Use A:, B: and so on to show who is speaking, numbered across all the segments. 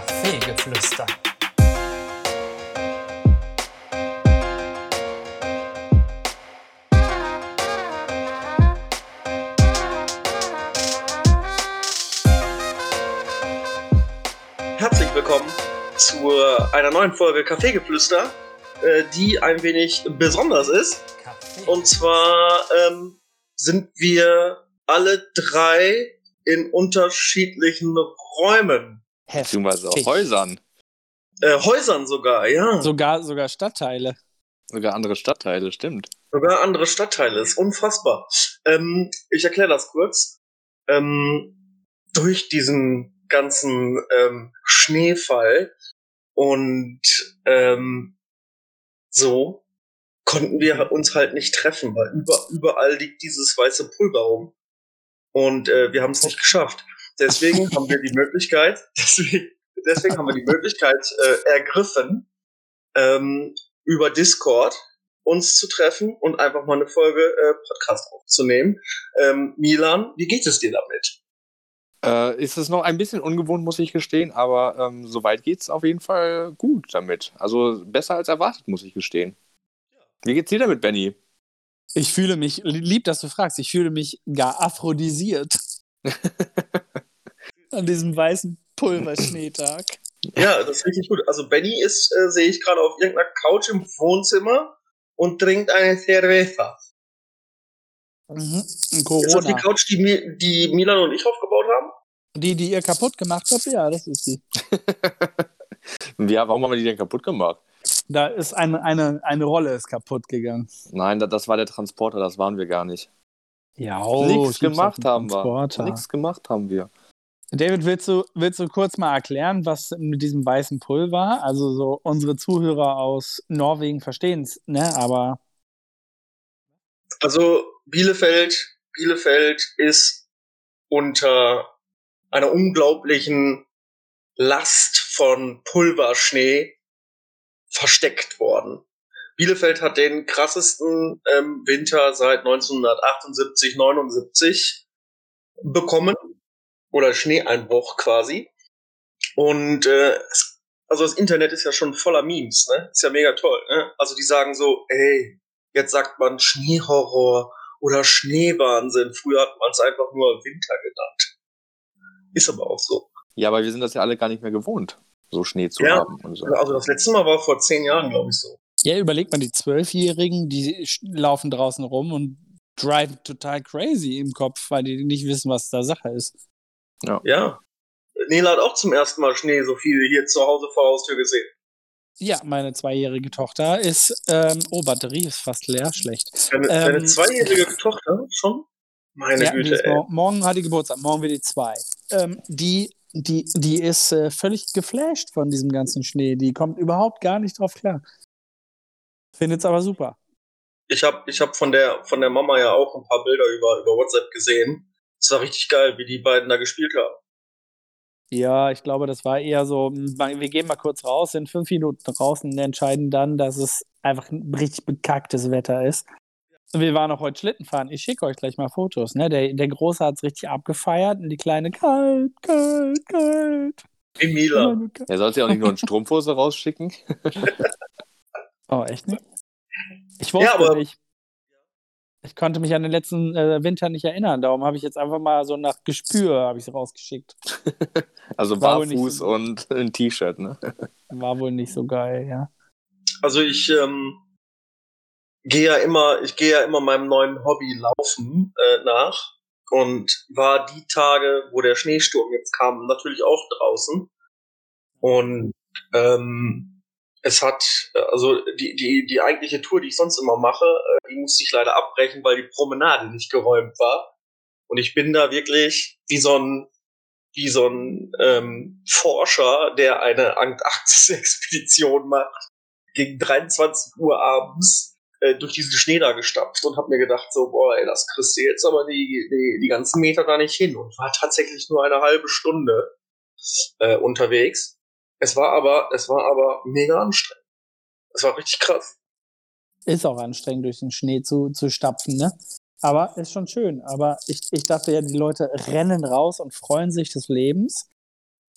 A: Kaffeegeflüster.
B: Herzlich willkommen zu einer neuen Folge Kaffeegeflüster, äh, die ein wenig besonders ist.
A: Kaffee.
B: Und zwar ähm, sind wir alle drei in unterschiedlichen Räumen.
C: beziehungsweise auch
A: Heftig.
C: Häusern,
B: Äh, Häusern sogar, ja.
A: Sogar, sogar Stadtteile.
C: sogar andere Stadtteile, stimmt.
B: Sogar andere Stadtteile, ist unfassbar. Ähm, ich erkläre das kurz. Ähm, durch diesen ganzen ähm, Schneefall und ähm, so konnten wir uns halt nicht treffen, weil über, überall liegt dieses weiße Pulver rum. Und äh, wir haben es nicht geschafft. Deswegen haben wir die Möglichkeit, deswegen, deswegen haben wir die Möglichkeit äh, ergriffen, ähm, über Discord uns zu treffen und einfach mal eine Folge äh, Podcast aufzunehmen. Ähm, Milan, wie geht es dir damit?
C: Äh, ist es noch ein bisschen ungewohnt, muss ich gestehen, aber ähm, soweit geht es auf jeden Fall gut damit. Also besser als erwartet, muss ich gestehen. Wie geht's dir damit, Benny?
A: Ich fühle mich, lieb, dass du fragst, ich fühle mich gar aphrodisiert. An diesem weißen Pulverschneetag.
B: Ja, das ist richtig gut. Also Benny ist, äh, sehe ich gerade auf irgendeiner Couch im Wohnzimmer und trinkt eine Cerveza.
A: Mhm. Und
B: Ist das die
A: Corona.
B: Couch, die, Mi die Milan und ich aufgebaut haben?
A: Die, die ihr kaputt gemacht habt, ja, das ist die.
C: Ja, warum haben wir die denn kaputt gemacht?
A: Da ist eine, eine, eine Rolle ist kaputt gegangen.
C: Nein, da, das war der Transporter, das waren wir gar nicht.
A: Ja, oh,
C: Nichts gemacht haben wir. Nichts gemacht haben wir.
A: David, willst du, willst du kurz mal erklären, was mit diesem weißen Pulver, also so unsere Zuhörer aus Norwegen verstehen es, ne? Aber
B: Also Bielefeld, Bielefeld ist unter einer unglaublichen Last von Pulverschnee versteckt worden. Bielefeld hat den krassesten ähm, Winter seit 1978, 79 bekommen. Oder Schneeeinbruch quasi. Und äh, es- also das Internet ist ja schon voller Memes, ne? Ist ja mega toll, ne? Also die sagen so, ey, Jetzt sagt man Schneehorror oder Schneewahnsinn. Früher hat man es einfach nur Winter genannt. Ist aber auch so.
C: Ja, aber wir sind das ja alle gar nicht mehr gewohnt, so Schnee zu
B: Ja.
C: haben. Und so.
B: Also das letzte Mal war vor zehn Jahren, glaube ich, so.
A: ja, überlegt mal, die Zwölfjährigen, die sch- laufen draußen rum und driven total crazy im Kopf, weil die nicht wissen, was da Sache ist.
B: Ja. Nela hat auch zum ersten Mal Schnee so viel hier zu Hause vor der Haustür gesehen.
A: Ja, meine zweijährige Tochter ist, ähm, oh, Batterie ist fast leer, schlecht.
B: Deine,
A: Ähm.
B: deine zweijährige Tochter schon? Meine
A: Ja, die
B: Güte,
A: ist
B: ey.
A: mor morgen hat die Geburtstag, morgen wird die zwei. Ähm, die, die, die ist äh, völlig geflasht von diesem ganzen Schnee. Die kommt überhaupt gar nicht drauf klar. Findet's aber super.
B: Ich habe ich hab von, der, von der Mama ja auch ein paar Bilder über, über WhatsApp gesehen. Es war richtig geil, wie die beiden da gespielt haben.
A: Ja, ich glaube, das war eher so, m, wir gehen mal kurz raus, sind fünf Minuten draußen und entscheiden dann, dass es einfach ein richtig bekacktes Wetter ist. Und wir waren auch heute Schlitten fahren. Ich schicke euch gleich mal Fotos. Ne? Der, der Große hat's richtig abgefeiert und die Kleine kalt, kalt, kalt.
B: Wie Mila.
A: Immer nur kalt.
C: Er sollte ja auch nicht nur in Strumpfhose rausschicken.
A: Oh, echt nicht? Ich wusste
B: Ja, aber-
A: nicht. Ich konnte mich an den letzten äh, Winter nicht erinnern. Darum habe ich jetzt einfach mal so nach Gespür habe ich rausgeschickt.
C: Also
A: War wohl nicht
C: barfuß
A: so-
C: und ein T-Shirt, ne?
A: War wohl nicht so geil, ja.
B: Also ich ähm, gehe ja immer, ich gehe ja immer meinem neuen Hobby Laufen äh, nach und war die Tage, wo der Schneesturm jetzt kam, natürlich auch draußen und ähm, es hat äh, also die die die eigentliche Tour, die ich sonst immer mache, äh, die musste ich leider abbrechen, weil die Promenade nicht geräumt war und ich bin da wirklich wie so ein wie so ein ähm, Forscher, der eine Antarktis-Expedition macht gegen 23 Uhr abends äh, durch diesen Schnee da gestapft und habe mir gedacht, so, boah, ey, das kriegst du jetzt aber die, die, die ganzen Meter da nicht hin und war tatsächlich nur eine halbe Stunde äh, unterwegs. Es war aber, es war aber mega anstrengend. Es war richtig krass.
A: Ist auch anstrengend, durch den Schnee zu, zu stapfen, ne? Aber ist schon schön. Aber ich, ich dachte ja, die Leute rennen raus und freuen sich des Lebens.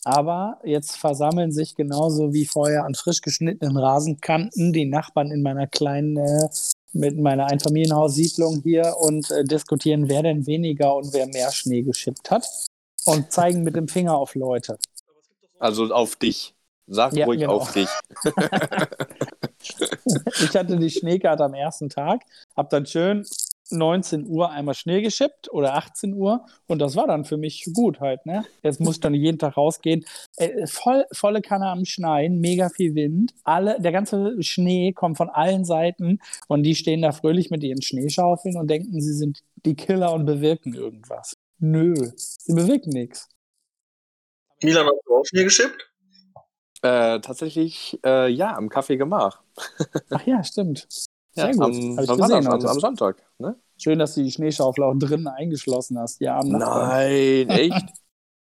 A: Aber jetzt versammeln sich genauso wie vorher an frisch geschnittenen Rasenkanten die Nachbarn in meiner kleinen, äh, mit meiner Einfamilienhaussiedlung hier und äh, diskutieren, wer denn weniger und wer mehr Schnee geschippt hat und zeigen mit dem Finger auf Leute.
C: Also auf dich. Sag
A: Ja,
C: ruhig
A: genau.
C: auf dich.
A: Ich hatte die Schneekarte am ersten Tag, hab dann schön 19 Uhr einmal Schnee geschippt oder 18 Uhr und das war dann für mich gut halt, ne? Jetzt muss ich dann jeden Tag rausgehen. Äh, voll, volle Kanne am Schneien, mega viel Wind. Alle, der ganze Schnee kommt von allen Seiten und die stehen da fröhlich mit ihren Schneeschaufeln und denken, sie sind die Killer und bewirken irgendwas. Nö, sie bewirken nichts.
B: Milan, hast du auch Schnee geschippt?
C: Äh, tatsächlich, äh, ja, am Café Gemach.
A: Ach ja, stimmt. Sehr
C: Ja,
A: gut.
C: Am,
A: Hab ich gesehen
C: am, Sonntag, am,
A: heute.
C: am Sonntag. Ne?
A: Schön, dass du die Schneeschaufel auch drinnen eingeschlossen hast. Ja, am Nachbarn.
C: Nein, echt?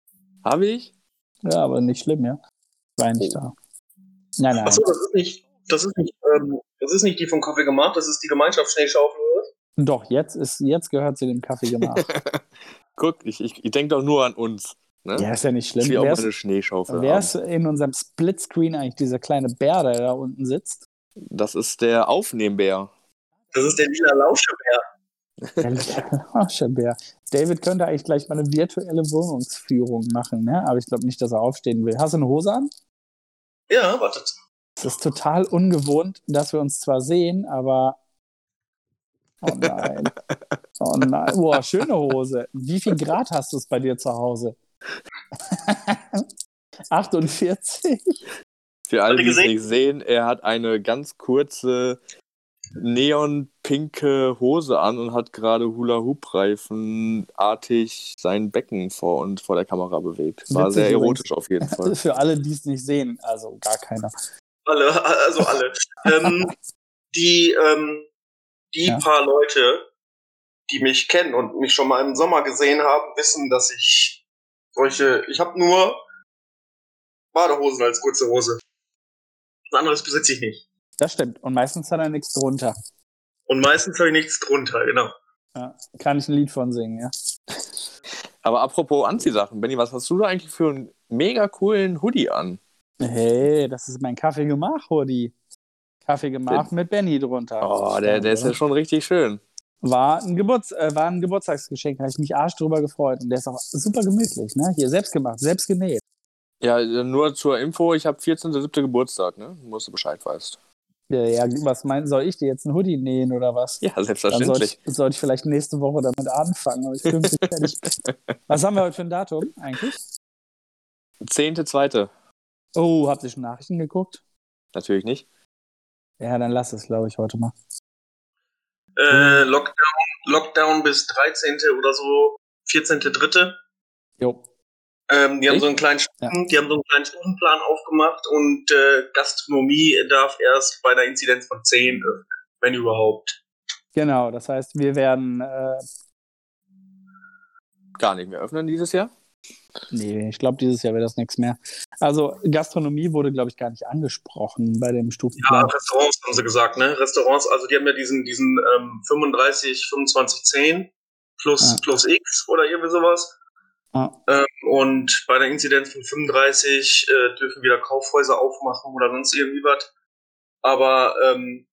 C: Habe ich?
A: Ja, aber nicht schlimm, ja. War ja nicht da. Nein, nein.
B: Achso, das ist nicht, das ist nicht, ähm, das ist nicht die vom Kaffee gemacht, das ist die Gemeinschaftsschneeschaufel. oder was?
A: Doch, jetzt, ist, jetzt gehört sie dem Kaffee gemacht.
C: Guck, ich, ich, ich denke doch nur an uns. Ne?
A: ja, ist ja nicht
C: ich
A: schlimm.
C: will auch
A: Wer
C: mal eine
A: ist,
C: Schneeschaufel
A: wer
C: haben.
A: ist in unserem Splitscreen eigentlich dieser kleine Bär, der da unten sitzt?
C: Das ist der Aufnehmbär.
B: Das ist der lila Lauschebär.
A: Der Lauscher Bär. David könnte eigentlich gleich mal eine virtuelle Wohnungsführung machen, ne? aber ich glaube nicht, dass er aufstehen will. Hast du eine Hose an?
B: Ja, wartet.
A: Es ist total ungewohnt, dass wir uns zwar sehen, aber. Oh nein. Oh nein. Boah, schöne Hose. Wie viel Grad hast du es bei dir zu Hause? 48.
C: Für alle,
B: Habt ihr
C: die es
B: gesehen?
C: nicht sehen, er hat eine ganz kurze neonpinke Hose an und hat gerade Hula-Hoop-Reifen-artig sein Becken vor und vor der Kamera bewegt. War
A: Witzig
C: sehr
A: übrigens.
C: erotisch auf jeden Fall.
A: Für alle, die es nicht sehen, also gar keiner.
B: Alle, also alle. ähm, die ähm, die
A: Ja.
B: paar Leute, die mich kennen und mich schon mal im Sommer gesehen haben, wissen, dass ich solche. Ich habe nur Badehosen als kurze Hose. Was anderes besitze ich nicht.
A: Das stimmt. Und meistens hat er nichts drunter.
B: Und meistens habe ich nichts drunter, genau.
A: Ja. Kann ich ein Lied von singen, ja.
C: Aber apropos Anziehsachen, Benny, was hast du da eigentlich für einen mega coolen Hoodie an?
A: Hey, das ist mein Kaffee gemacht, Hoodie. Kaffee gemacht mit Benny drunter.
C: Oh, der, der ist ja schon richtig schön.
A: War ein, Geburts äh, war ein Geburtstagsgeschenk, habe ich mich arsch drüber gefreut. Und der ist auch super gemütlich, ne? Hier selbst gemacht, selbst genäht.
C: Ja, nur zur Info, ich habe 14.07. Geburtstag, ne? Musst du Bescheid weißt.
A: Ja, ja was meinst soll ich dir jetzt einen Hoodie nähen oder was?
C: Ja,
A: Dann sollte
C: selbstverständlich.
A: ich, sollte ich vielleicht nächste Woche damit anfangen, aber ich bin nicht fertig. Was haben wir heute für ein Datum eigentlich?
C: 10.02.
A: Oh, habt ihr schon Nachrichten geguckt?
C: Natürlich nicht.
A: Ja, dann lass es, glaube ich, heute mal.
B: Äh, Lockdown, Lockdown bis 13. oder so, 14.3.
A: Jo.
B: Ähm, die, haben
C: Echt?
B: so einen kleinen Stunden, die haben so einen kleinen Stundenplan aufgemacht und äh, Gastronomie darf erst bei einer Inzidenz von 10 öffnen, wenn überhaupt.
A: Genau, das heißt, wir werden. Äh,
C: Gar nicht mehr öffnen dieses Jahr.
A: nee, ich glaube, dieses Jahr wird das nichts mehr. Also, Gastronomie wurde, glaube ich, gar nicht angesprochen bei dem
B: Ja,
A: Stufenplan.
B: Restaurants haben sie gesagt, ne? Restaurants, also die haben ja diesen, diesen ähm, 35, 25, 10 plus,
A: Ah.
B: plus X oder irgendwie sowas.
A: Ah.
B: Ähm, und bei einer Inzidenz von 35 äh, dürfen wieder Kaufhäuser aufmachen oder sonst irgendwie was. Aber ähm,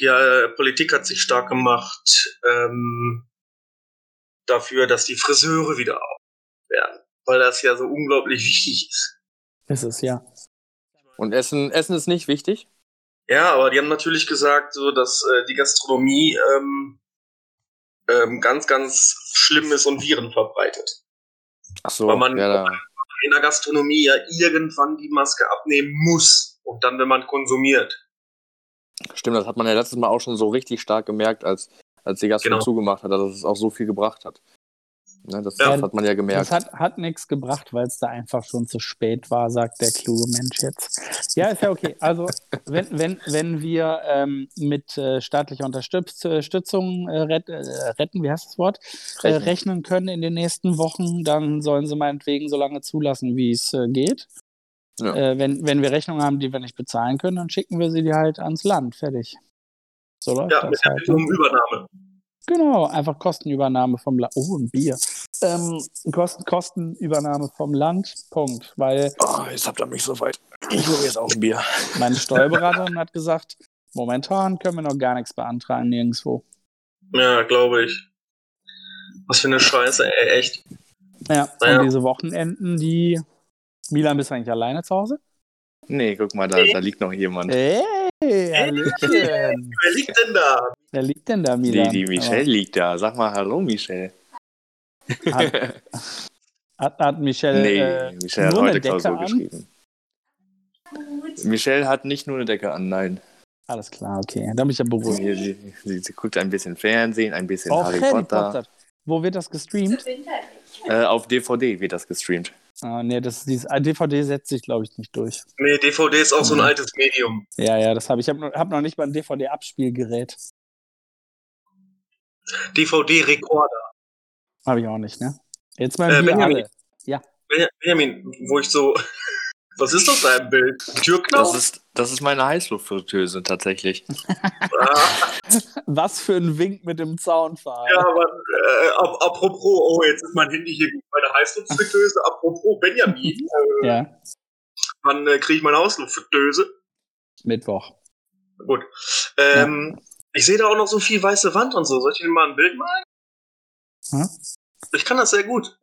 B: die äh, Politik hat sich stark gemacht ähm, dafür, dass die Friseure wieder auf werden, weil das ja so unglaublich wichtig ist.
A: Ist es, ja.
C: Und Essen, Essen ist nicht wichtig.
B: Ja, aber die haben natürlich gesagt, so dass äh, die Gastronomie ähm, ähm, ganz, ganz schlimm ist und Viren verbreitet.
C: Ach so,
B: Weil man-
C: ja, da.
B: In der Gastronomie ja irgendwann die Maske abnehmen muss und dann, wenn man konsumiert.
C: stimmt, das hat man ja letztes Mal auch schon so richtig stark gemerkt, als, als die Gastronomie
B: Genau.
C: zugemacht hat, dass es auch so viel gebracht hat. Ne, das,
A: Ja.
C: das hat man ja gemerkt.
A: Das hat, hat nichts gebracht, weil es da einfach schon zu spät war, sagt der kluge Mensch jetzt. Ja, ist ja okay. Also, wenn, wenn, wenn wir ähm, mit äh, staatlicher Unterstütz- Unterstützung äh, ret, äh, retten, wie heißt das Wort, äh,
C: Rechnen.
A: rechnen können in den nächsten Wochen, dann sollen sie meinetwegen so lange zulassen, wie es äh, geht.
C: Ja.
A: Äh, wenn, wenn wir Rechnungen haben, die wir nicht bezahlen können, dann schicken wir sie die halt ans Land. Fertig. So läuft
B: Ja, mit
A: das
B: der
A: halt.
B: Bitte
A: Ne?
B: um Übernahme.
A: Genau, einfach Kostenübernahme vom La Oh, ein Bier. Ähm, Kosten, Kostenübernahme vom Land, Punkt. Weil
C: Oh, jetzt habt ihr mich so weit. Ich hole jetzt auch ein Bier.
A: meine Steuerberaterin hat gesagt, momentan können wir noch gar nichts beantragen, nirgendwo.
B: Ja, glaube ich. Was für eine Scheiße, ey, echt.
A: Ja,
B: Ja.
A: und diese Wochenenden, die. Milan, bist du eigentlich alleine zu Hause?
C: Nee, guck mal, da, da liegt noch jemand.
A: Hey, Hallöchen.
B: Wer liegt denn da?
A: Wer liegt denn da,
C: Die,
A: Milan?
C: die Michelle liegt da. Sag mal Hallo, Michelle.
A: Aber Hat, hat, hat Michelle.
C: nee,
A: äh,
C: Michelle hat
A: nur eine
C: heute
A: Decke
C: Klausur
A: an?
C: geschrieben.
D: Gut.
C: Michelle hat nicht nur eine Decke an, nein.
A: alles klar, okay. Da bin ich ja beruhigt.
C: Sie, sie, sie, sie guckt ein bisschen Fernsehen, ein bisschen
A: Auch
C: Harry,
A: Harry
C: Potter.
A: Potter. Wo wird das gestreamt?
C: Äh, auf DVD wird das gestreamt.
A: Ah, nee, das, dieses DVD setzt sich, glaube ich, nicht durch.
B: Nee, DVD ist auch
C: Mhm.
B: so ein altes Medium.
A: Ja, ja, das habe ich. Ich habe noch, hab noch nicht mal ein DVD-Abspielgerät.
B: DVD-Rekorder.
A: Habe ich auch nicht, ne? Jetzt mal
B: Äh,
A: wir
B: Benjamin.
A: alle.
B: Ben- Benjamin, wo ich so. Was ist das da im Bild?
C: Das
B: Türknauf?
C: ist, das ist meine Heißluftfritteuse tatsächlich.
B: Ah,
A: Was für ein Wink mit dem Zaunfall.
B: ja, aber äh, ap apropos, oh, jetzt ist mein Handy hier gegen meine Heißluftfritteuse. apropos Benjamin, äh,
A: ja,
B: wann äh, kriege ich meine Heißluftfritteuse?
A: Mittwoch.
B: Gut. Ähm, Ich sehe da auch noch so viel weiße Wand und so. Soll ich Ihnen mal ein Bild malen?
A: Hm?
B: Ich kann das sehr gut.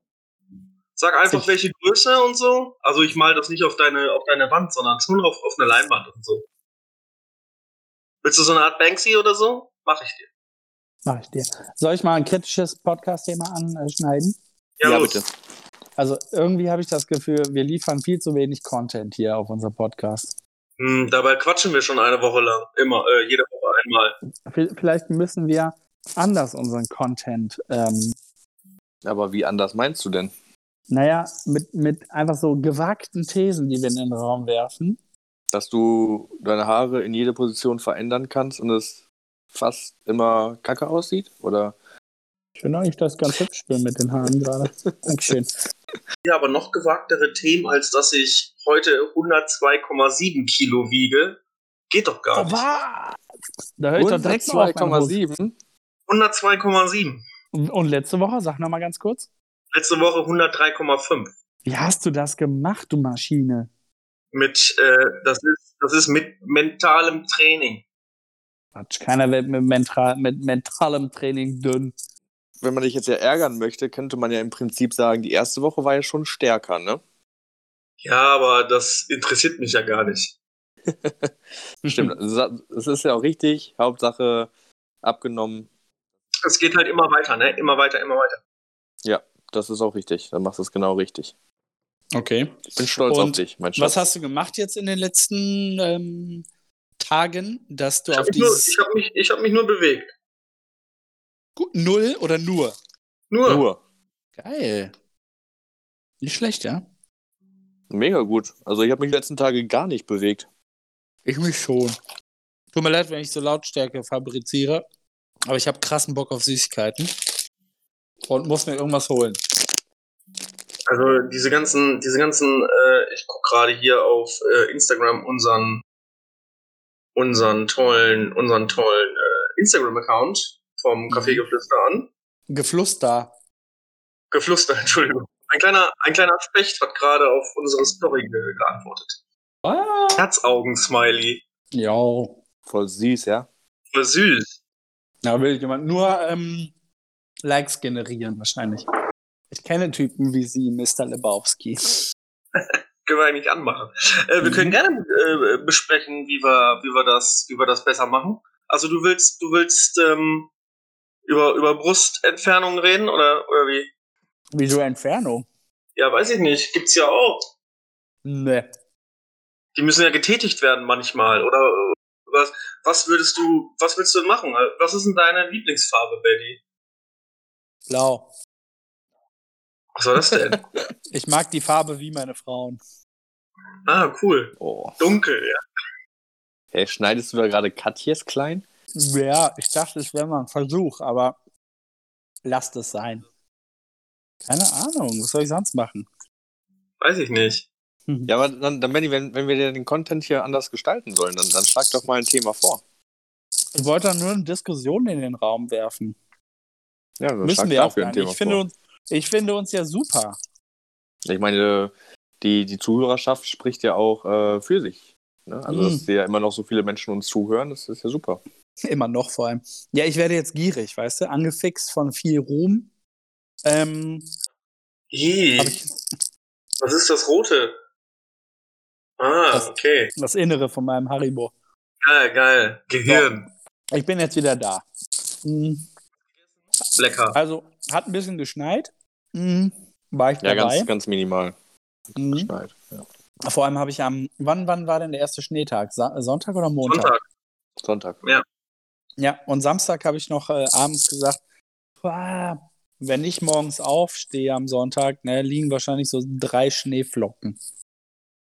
B: Sag einfach,
A: Ich-
B: welche Größe und so. Also ich mal das nicht auf deine, auf deine Wand, sondern schon auf, auf eine Leinwand und so. Willst du so eine Art Banksy oder so? Mach ich dir.
A: Mach ich dir. Soll ich mal ein kritisches Podcast-Thema anschneiden?
B: Ja, los.
C: bitte.
A: Also irgendwie habe ich das Gefühl, wir liefern viel zu wenig Content hier auf unserem Podcast.
B: Hm, dabei quatschen wir schon eine Woche lang. Immer, äh, jede Woche einmal.
A: V- Vielleicht müssen wir anders unseren Content, ähm,
C: Aber wie anders meinst du denn?
A: naja, mit, mit einfach so gewagten Thesen, die wir in den Raum werfen.
C: Dass du deine Haare in jede Position verändern kannst und es fast immer kacke aussieht? Oder?
A: Ich finde eigentlich das ganz hübsch bin mit den Haaren gerade. Dankeschön.
B: Ja, aber noch gewagtere Themen, als dass ich heute 102,7 Kilo wiege. Geht doch gar nicht.
A: Da höre ich doch direkt mal auf meine Hose.
C: 2,7?
B: 102,7.
A: und, und letzte Woche, sag nochmal ganz kurz.
B: Letzte Woche 103,5.
A: Wie hast du das gemacht, du Maschine?
B: mit äh, das ist das ist mit mentalem Training.
A: Quatsch, keiner wird mit, mental, mit mentalem Training dünn.
C: Wenn man dich jetzt ja ärgern möchte, könnte man ja im Prinzip sagen, die erste Woche war ja schon stärker, ne?
B: Ja, aber das interessiert mich ja gar nicht.
C: Stimmt.
A: Mhm.
C: Es ist ja auch richtig. Hauptsache abgenommen.
B: Es geht halt immer weiter, ne? Immer weiter, immer weiter.
C: Das ist auch richtig. Dann machst du es genau richtig.
A: Okay.
C: Ich bin stolz
A: Und
C: auf dich, mein Schatz.
A: Was hast du gemacht jetzt in den letzten ähm, Tagen, dass du
B: Ich
A: auf
B: habe mich, nur-
A: dieses
B: ich hab mich, ich hab mich nur bewegt.
A: Gu- Null oder nur?
B: Nur.
C: Nur.
A: Geil. Nicht schlecht, ja?
C: Mega gut. Also ich habe mich die letzten Tage gar nicht bewegt.
A: Ich mich schon. Tut mir leid, wenn ich so Lautstärke fabriziere, aber ich habe krassen Bock auf Süßigkeiten und muss mir irgendwas holen.
B: Also diese ganzen, diese ganzen, äh, ich guck gerade hier auf äh, Instagram unseren unseren tollen, unseren tollen äh, Instagram-Account vom Kaffeegeflüster an.
A: Geflüster.
B: Geflüster, Entschuldigung. Ein kleiner, ein kleiner Specht hat gerade auf unsere Story ge geantwortet. Herzaugen-Smiley.
A: Ja.
C: Voll süß, ja?
B: Voll süß.
A: Da will jemand nur ähm, Likes generieren, wahrscheinlich. Ich kenne Typen wie Sie, Mr. Lebowski.
B: Können wir eigentlich anmachen. Äh, wir
A: Mhm.
B: können gerne äh, besprechen, wie wir, wie wir das, wie wir das besser machen. Also du willst, du willst ähm, über, über Brustentfernungen reden oder, oder wie?
A: Wieso Entfernung?
B: Ja, weiß ich nicht. Gibt's ja auch.
A: Ne.
B: Die müssen ja getätigt werden manchmal. Oder äh, was, was würdest du, was willst du denn machen? Was ist denn deine Lieblingsfarbe, Betty?
A: Blau.
B: Was war das denn?
A: Ich mag die Farbe wie meine Frauen.
B: ah, cool.
C: Oh.
B: Dunkel, ja.
C: Hey, schneidest du da gerade Katjes klein?
A: Ja, ich dachte, es wäre mal ein Versuch, aber lasst es sein. Keine Ahnung, was soll ich sonst machen?
B: Weiß ich nicht.
C: Ja, aber dann, dann Benni, wenn, wenn wir den Content hier anders gestalten sollen, dann, dann schlag doch mal ein Thema vor.
A: Ich wollte da nur eine Diskussion in den Raum werfen.
C: Ja, dann
A: Müssen wir auch gar nicht. Ich finde, uns, Ich finde uns ja super.
C: Ich meine, die, die Zuhörerschaft spricht ja auch äh, für sich. Ne? Also,
A: Mhm.
C: dass ja immer noch so viele Menschen uns zuhören, das ist ja super.
A: Immer noch vor allem. Ja, ich werde jetzt gierig, weißt du? Angefixt von viel Ruhm. Ähm,
B: Ih,
A: hab ich
B: was ist das Rote? Ah,
A: Das-
B: okay.
A: das Innere von meinem Haribo.
B: Geil, geil. Gehirn.
A: Ich bin jetzt wieder da. Mhm.
B: Lecker.
A: Also, hat ein bisschen geschneit. Mhm. War ich
C: Ja,
A: dabei.
C: ganz, ganz minimal.
A: mhm.
C: Schneid. Ja.
A: Vor allem habe ich am. Wann, wann war denn der erste Schneetag? Sa Sonntag oder Montag?
B: Sonntag.
C: Sonntag.
A: Ja, und Samstag habe ich noch äh, abends gesagt, "Boah, wenn ich morgens aufstehe am Sonntag, ne, liegen wahrscheinlich so drei Schneeflocken.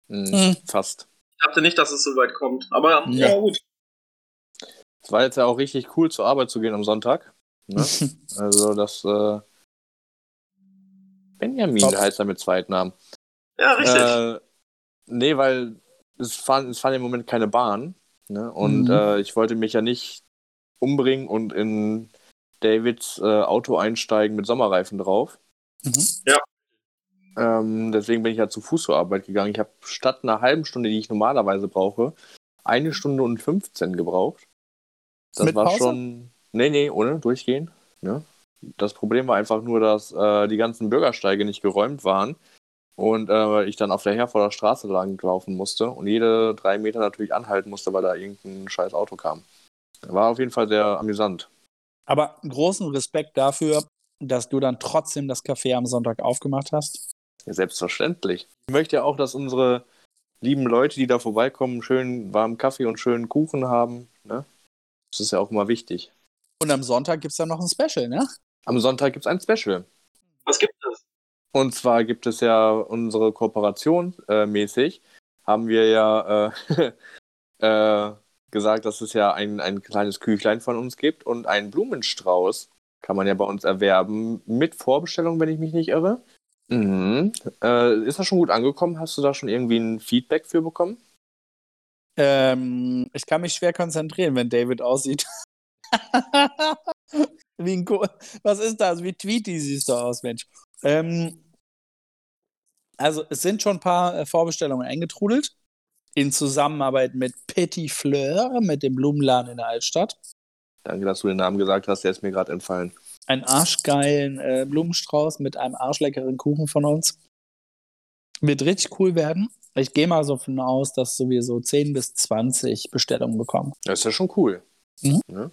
C: Mhm.
A: Mhm.
C: Fast.
B: Ich dachte nicht, dass es so weit kommt. Aber
A: Ja.
B: ja, gut.
C: Es war jetzt ja auch richtig cool, zur Arbeit zu gehen am Sonntag. Ne? also, das. Äh, Benjamin
A: Top.
C: heißt er mit Zweitnamen.
B: Ja, richtig.
C: Äh, nee, weil es fahren, es fahren im Moment keine Bahn. Ne? Und
A: Mhm.
C: äh, ich wollte mich ja nicht umbringen und in Davids äh, Auto einsteigen mit Sommerreifen drauf.
A: Mhm.
C: Ähm, deswegen bin ich ja zu Fuß zur Arbeit gegangen. Ich habe statt einer halben Stunde, die ich normalerweise brauche, eine Stunde und 15 gebraucht. Das
A: Mit
C: war
A: Pause?
C: schon. Nee, nee, ohne durchgehen. Ne? Das Problem war einfach nur, dass äh, die ganzen Bürgersteige nicht geräumt waren und äh, ich dann auf der Herforder Straße lang laufen musste und jede drei Meter natürlich anhalten musste, weil da irgendein scheiß Auto kam. War auf jeden Fall sehr amüsant.
A: Aber großen Respekt dafür, dass du dann trotzdem das Café am Sonntag aufgemacht hast.
C: Ja, selbstverständlich. Ich möchte ja auch, dass unsere lieben Leute, die da vorbeikommen, schön warmen Kaffee und schönen Kuchen haben. Ne? Das ist ja auch immer wichtig.
A: Und am Sonntag gibt es dann noch ein Special, ne?
C: Am Sonntag gibt es ein Special.
B: was gibt es?
C: Und zwar gibt es ja unsere Kooperation äh, mäßig, haben wir ja äh, äh, gesagt, dass es ja ein, ein kleines Küchlein von uns gibt und einen Blumenstrauß kann man ja bei uns erwerben, mit Vorbestellung, wenn ich mich nicht irre. Mhm. Äh, ist das schon gut angekommen? Hast du da schon irgendwie ein Feedback für bekommen?
A: Ähm, ich kann mich schwer konzentrieren, wenn David aussieht. Wie ein Ko Was ist das? Wie Tweety siehst du aus, Mensch? Ähm, also, es sind schon ein paar äh, Vorbestellungen eingetrudelt. In Zusammenarbeit mit Petit Fleur, mit dem Blumenladen in der Altstadt.
C: Danke, dass du den Namen gesagt hast, der ist mir gerade entfallen.
A: Einen arschgeilen äh, Blumenstrauß mit einem arschleckeren Kuchen von uns. Wird richtig cool werden. Ich gehe mal so von aus, dass wir so 10 bis 20 Bestellungen bekommen.
C: Das ist ja schon cool.
A: Mhm.
C: Ne?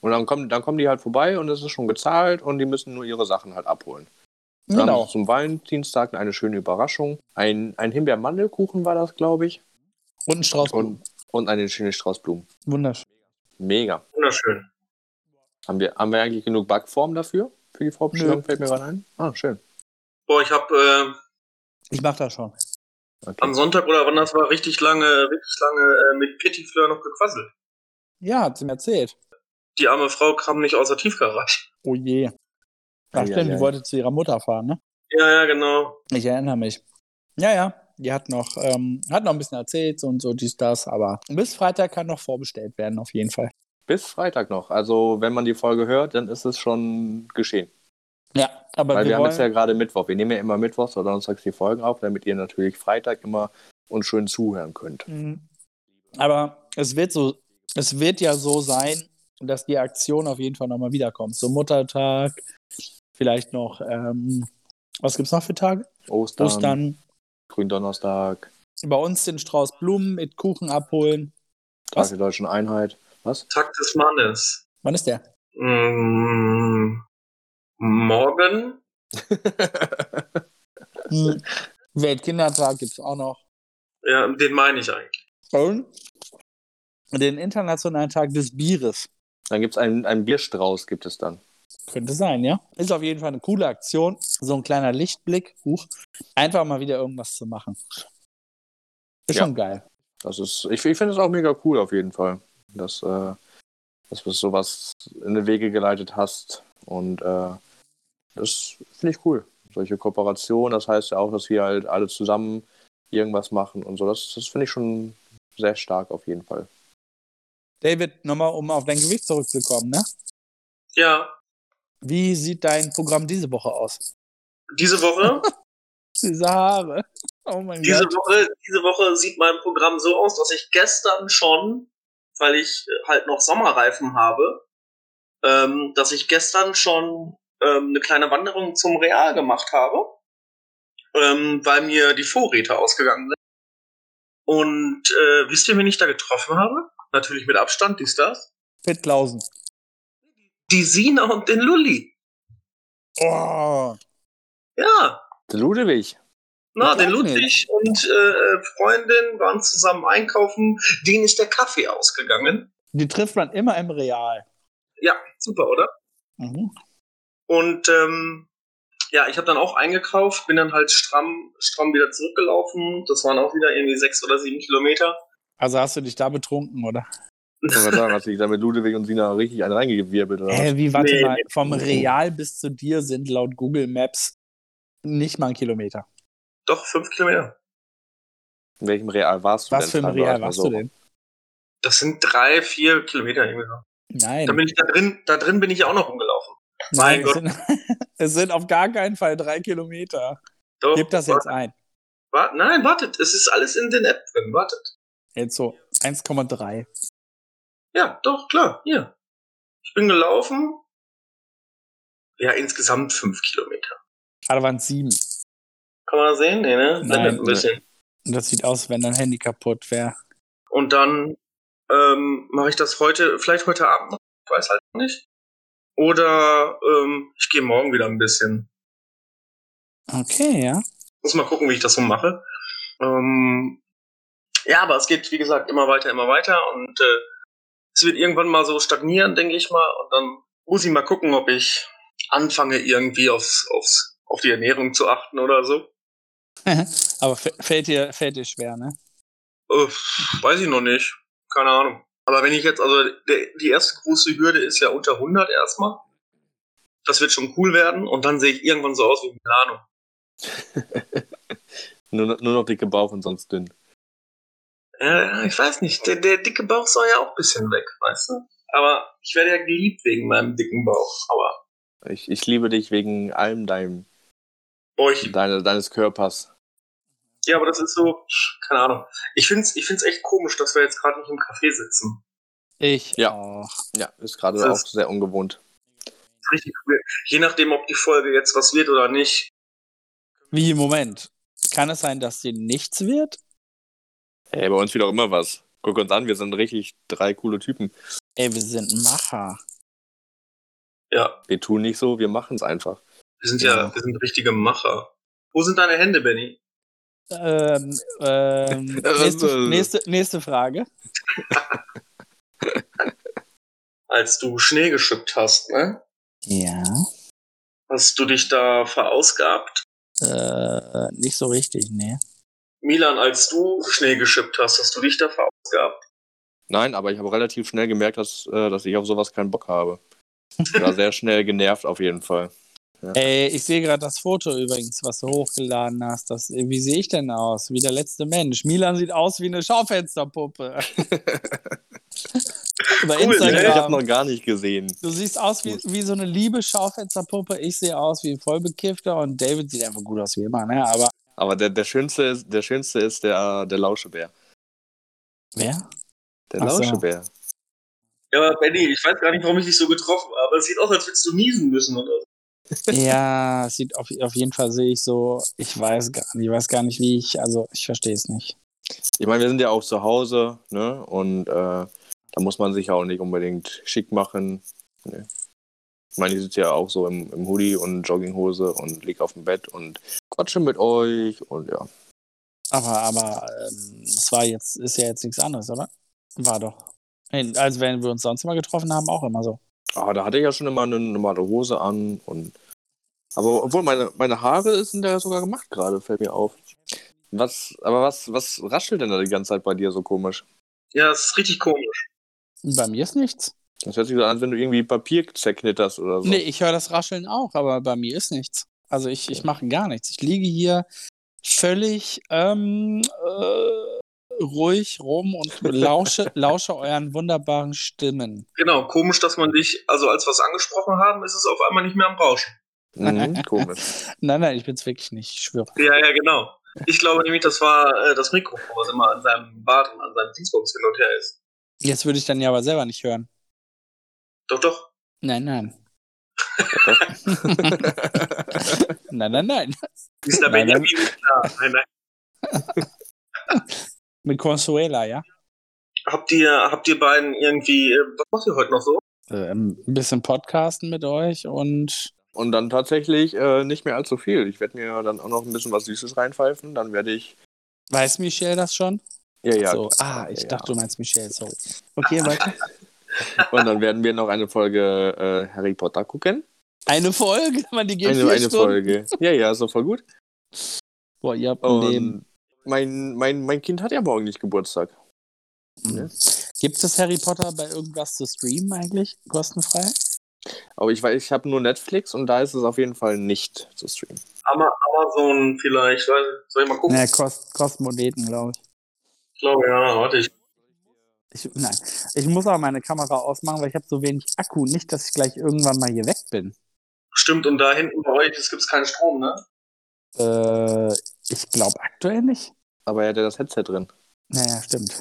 C: Und dann kommen, dann kommen die halt vorbei und es ist schon gezahlt und die müssen nur ihre Sachen halt abholen. Dann
A: Genau.
C: haben sie zum Valentinstag eine schöne Überraschung. Ein, ein Himbeer-Mandelkuchen war das, glaube ich.
A: Und ein Strauß.
C: Und, und eine schöne Straußblumen.
A: Wunderschön.
C: Mega.
B: Wunderschön.
C: Haben wir, haben wir eigentlich genug Backform dafür? Für die Vorbestellung fällt mir gerade ein. Ah, schön.
B: Boah, ich habe äh,
A: Ich mach das schon.
C: Okay.
B: am Sonntag oder wann das war, richtig lange, richtig lange äh, mit Petit Fleur noch gequasselt.
A: Ja, hat sie mir erzählt.
B: Die arme Frau kam nicht aus der Tiefgarage.
A: Oh je.
C: Ei,
A: Ach
C: ei,
A: stimmt,
C: ei.
A: die wollte zu ihrer Mutter fahren, ne?
B: Ja, ja, genau.
A: Ich erinnere mich. Ja, ja. Die hat noch, ähm, hat noch ein bisschen erzählt so und so, dies, das, aber bis Freitag kann noch vorbestellt werden, auf jeden Fall.
C: Bis Freitag noch. Also, wenn man die Folge hört, dann ist es schon geschehen.
A: Ja, aber
C: Weil wir,
A: wir,
C: haben jetzt ja
A: wollen,
C: gerade Mittwoch. Wir nehmen ja immer Mittwochs oder Donnerstags die Folgen auf, damit ihr natürlich Freitag immer uns schön zuhören könnt.
A: Mhm. aber es wird so, es wird ja so sein, dass die Aktion auf jeden Fall nochmal wiederkommt. So Muttertag, vielleicht noch, ähm, was gibt's noch für Tage?
C: Ostern,
A: Ostern.
C: Gründonnerstag,
A: Bei uns den Strauß Blumen mit Kuchen abholen.
C: Tag
A: Was?
C: der Deutschen Einheit. Was?
B: Tag des Mannes.
A: Wann ist der?
B: Mm, morgen?
A: Hm. Weltkindertag gibt es auch noch.
B: Ja, den meine ich eigentlich.
A: Und den Internationalen Tag des Bieres.
C: Dann gibt es einen, einen Bierstrauß, gibt es dann.
A: Könnte sein, ja. Ist auf jeden Fall eine coole Aktion. So ein kleiner Lichtblick. Huch. Einfach mal wieder irgendwas zu machen. Ist
C: Ja.
A: schon geil.
C: Das ist, ich, ich finde es auch mega cool auf jeden Fall, dass, äh, dass du sowas in die Wege geleitet hast. Und äh, das finde ich cool. Solche Kooperationen, das heißt ja auch, dass wir halt alle zusammen irgendwas machen und so. Das, das finde ich schon sehr stark auf jeden Fall.
A: David, nochmal, um auf dein Gewicht zurückzukommen, ne?
B: Ja,
A: Wie sieht dein Programm diese Woche aus?
B: Diese Woche,
A: Diese Haare. Oh mein
B: diese
A: Gott.
B: Woche, diese Woche sieht mein Programm so aus, dass ich gestern schon, weil ich äh, halt noch Sommerreifen habe, ähm, dass ich gestern schon ähm, eine kleine Wanderung zum Real gemacht habe, ähm, weil mir die Vorräte ausgegangen sind. Und äh, wisst ihr, wen ich da getroffen habe? Natürlich mit Abstand, die Stars.
A: Fit Klausen.
B: Die Sina und den Lulli.
A: Oh.
B: Ja,
C: Der Ludwig.
B: Na,
A: Ich
B: der
A: glaub
B: Ludwig und äh, Freundin waren zusammen einkaufen. Denen ist der Kaffee ausgegangen.
A: Die trifft man immer im Real.
B: Ja, super, oder?
A: Mhm.
B: Und ähm, ja, ich habe dann auch eingekauft, bin dann halt stramm, stramm wieder zurückgelaufen. Das waren auch wieder irgendwie sechs oder sieben Kilometer.
A: Also hast du dich da betrunken, oder?
C: Ich wollte gerade sagen, hast du dich da mit Ludwig und Sina richtig einen reingewirbelt, oder?
A: Hä, wie warte
B: Nee,
A: mal, vom Real bis zu dir sind laut Google Maps nicht mal ein Kilometer.
B: Doch, fünf Kilometer.
C: In welchem Real warst du
A: Was für
C: denn? Also
A: ein
C: fragen wir
A: Real
C: erstmal
A: warst
C: so.
A: du denn?
B: Das sind drei, vier Kilometer irgendwie so.
A: Nein.
B: Da bin ich da drin, da drin bin ich auch noch rumgelaufen.
A: Nein,
B: Mein
A: es sind, es sind auf gar keinen Fall drei Kilometer.
B: Doch,
A: Gib das jetzt ein.
B: Wart, nein, wartet, es ist alles in den App drin. Wartet.
A: Jetzt so 1,3.
B: Ja, doch, klar, hier. Ich bin gelaufen. Ja, insgesamt fünf Kilometer.
A: Gerade waren es sieben.
B: Kann man das sehen? Nee, ne?
A: Nein.
B: Blendet ein bisschen.
A: Und das sieht aus, wenn dein Handy kaputt wäre.
B: Und dann ähm, mache ich das heute, vielleicht heute Abend noch, ich weiß halt noch nicht. Oder ähm, ich gehe morgen wieder ein bisschen.
A: Okay, ja.
B: Muss mal gucken, wie ich das so mache. Ähm, ja, aber es geht, wie gesagt, immer weiter, immer weiter. Und äh, es wird irgendwann mal so stagnieren, denke ich mal. Und dann muss ich mal gucken, ob ich anfange, irgendwie aufs, aufs, auf die Ernährung zu achten oder so.
A: Aber f- fällt dir, fällt dir schwer, ne?
B: Äh, weiß ich noch nicht. Keine Ahnung. Aber wenn ich jetzt, also der, die erste große Hürde ist ja unter 100 erstmal. Das wird schon cool werden und dann sehe ich irgendwann so aus wie Milano.
C: Nur, nur noch dicke Bauch und sonst dünn.
B: Äh, ich weiß nicht, der, der dicke Bauch soll ja auch ein bisschen weg, weißt du? Aber ich werde ja geliebt wegen meinem dicken Bauch. Aber
C: Ich, ich liebe dich wegen allem deinem,
B: boah, ich,
C: deine, deines Körpers.
B: ja, aber das ist so, keine Ahnung. Ich finde es ich find's echt komisch, dass wir jetzt gerade nicht im Café sitzen.
A: Ich
C: Ja.
A: auch.
C: Ja, ist gerade auch
B: Das-
C: sehr ungewohnt.
B: Das ist richtig weird. Je nachdem, ob die Folge jetzt was wird oder nicht.
A: Wie, Moment. Kann es sein, dass dir nichts wird?
C: Ey, bei uns wieder auch immer was. Guck uns an, wir sind richtig drei coole Typen.
A: Ey, wir sind Macher.
B: Ja,
C: Wir tun nicht so, wir machen es einfach.
B: wir sind ja, wir sind richtige Macher. Wo sind deine Hände, Benny?
A: Ähm, ähm,
C: Das ist,
A: nächste,
C: äh,
A: nächste, nächste Frage.
B: als du Schnee geschippt hast, ne?
A: Ja.
B: Hast du dich da verausgabt?
A: Äh, nicht so richtig, ne?
B: Milan, als du Schnee geschippt hast, hast du dich da verausgabt?
C: Nein, aber ich habe relativ schnell gemerkt, dass, äh, dass ich auf sowas keinen Bock habe. Ich war sehr schnell genervt auf jeden Fall.
A: Ey, ich sehe gerade das Foto übrigens, was du hochgeladen hast. Das, wie sehe ich denn aus? Wie der letzte Mensch. Milan sieht aus wie eine Schaufensterpuppe. Über
B: Cool, ne?
C: Ich
B: Ja.
C: habe
A: Instagram.
C: noch gar nicht gesehen.
A: Du siehst aus wie, wie so eine liebe Schaufensterpuppe. Ich sehe aus wie ein Vollbekiffter und David sieht einfach gut aus wie immer, ne? Aber
C: Aber der, der, schönste, ist, der schönste ist der, der Lauschebär.
A: wer?
C: Der
A: Ach so.
C: Lauschebär.
B: Ja, aber Benny, ich weiß gar nicht, warum ich dich so getroffen habe. Es sieht aus, als würdest du niesen müssen oder so.
A: ja, es sieht auf, auf jeden Fall sehe ich so, ich weiß gar nicht, ich weiß gar nicht, wie ich, also ich verstehe es nicht.
C: Ich meine, wir sind ja auch zu Hause, ne? Und äh, da muss man sich ja auch nicht unbedingt schick machen. Ne? Ich meine, ich sitze ja auch so im, im Hoodie und Jogginghose und lieg auf dem Bett und quatsche mit euch und ja.
A: Aber, aber ähm, es war jetzt, ist ja jetzt nichts anderes, oder? War doch. Nein, Also wenn wir uns sonst immer getroffen haben, auch immer so.
C: Ah, da hatte ich ja schon immer eine normale Hose an und. Aber obwohl, meine, meine Haare sind ja sogar gemacht gerade, fällt mir auf. Was, aber was, was raschelt denn da die ganze Zeit bei dir so komisch?
B: Ja, es ist richtig komisch.
A: Bei mir ist nichts.
C: Das hört sich so an, als wenn du irgendwie Papier zerknitterst oder so.
A: Nee, ich höre das Rascheln auch, aber bei mir ist nichts. Also ich, ich mache gar nichts. Ich liege hier völlig ähm, äh, ruhig rum und lausche, lausche euren wunderbaren Stimmen.
B: Genau, komisch, dass man dich, also als wir es angesprochen haben, ist es auf einmal nicht mehr am Rauschen.
C: Mhm, komisch.
A: Nein, nein, ich bin's wirklich nicht, ich schwöre.
B: Ja, ja, genau. Ich glaube nämlich, das war äh, das Mikrofon, was immer an seinem Bart und an seinem Dienstbox hin und her ist.
A: Jetzt würde ich dann ja aber selber nicht hören.
B: Doch, doch.
A: Nein, nein. nein, nein, nein.
B: Mr.
A: Nein,
B: Benjamin ist da. Nein, nein.
A: Mit Consuela, ja?
B: Habt ihr, habt ihr beiden irgendwie, äh, was macht ihr heute noch so?
A: Ähm, ein bisschen podcasten mit euch und
C: Und dann tatsächlich äh, nicht mehr allzu viel. Ich werde mir dann auch noch ein bisschen was Süßes reinpfeifen. Dann werde ich.
A: weiß Michelle das schon?
C: Ja, ja.
A: so. Ah, ich
C: ja,
A: dachte, du meinst Michelle, sorry. Okay, weiter.
C: Und dann werden wir noch eine Folge äh, Harry Potter gucken.
A: Eine Folge, man, die geht
C: Eine,
A: vier
C: eine
A: Stunden.
C: Folge. Ja, ja, ist doch voll gut.
A: Boah, ihr habt ein Leben.
C: Und mein, mein, mein Kind hat ja morgen nicht Geburtstag.
A: Mhm. Gibt es Harry Potter bei irgendwas zu streamen eigentlich? Kostenfrei?
C: Aber ich weiß, ich habe nur Netflix und da ist es auf jeden Fall nicht zu streamen.
B: Ama- Amazon vielleicht, weiß ich- soll ich mal gucken?
A: kost, Kostenmoneten, glaube ich.
B: Ich glaube, ja, warte ich.
A: ich. Nein, ich muss auch meine Kamera ausmachen, weil ich habe so wenig Akku. Nicht, dass ich gleich irgendwann mal hier weg bin.
B: Stimmt, und da hinten bei euch, es gibt keinen Strom, ne?
A: Äh, ich glaube aktuell nicht.
C: Aber er hat ja das Headset drin.
A: Naja, stimmt.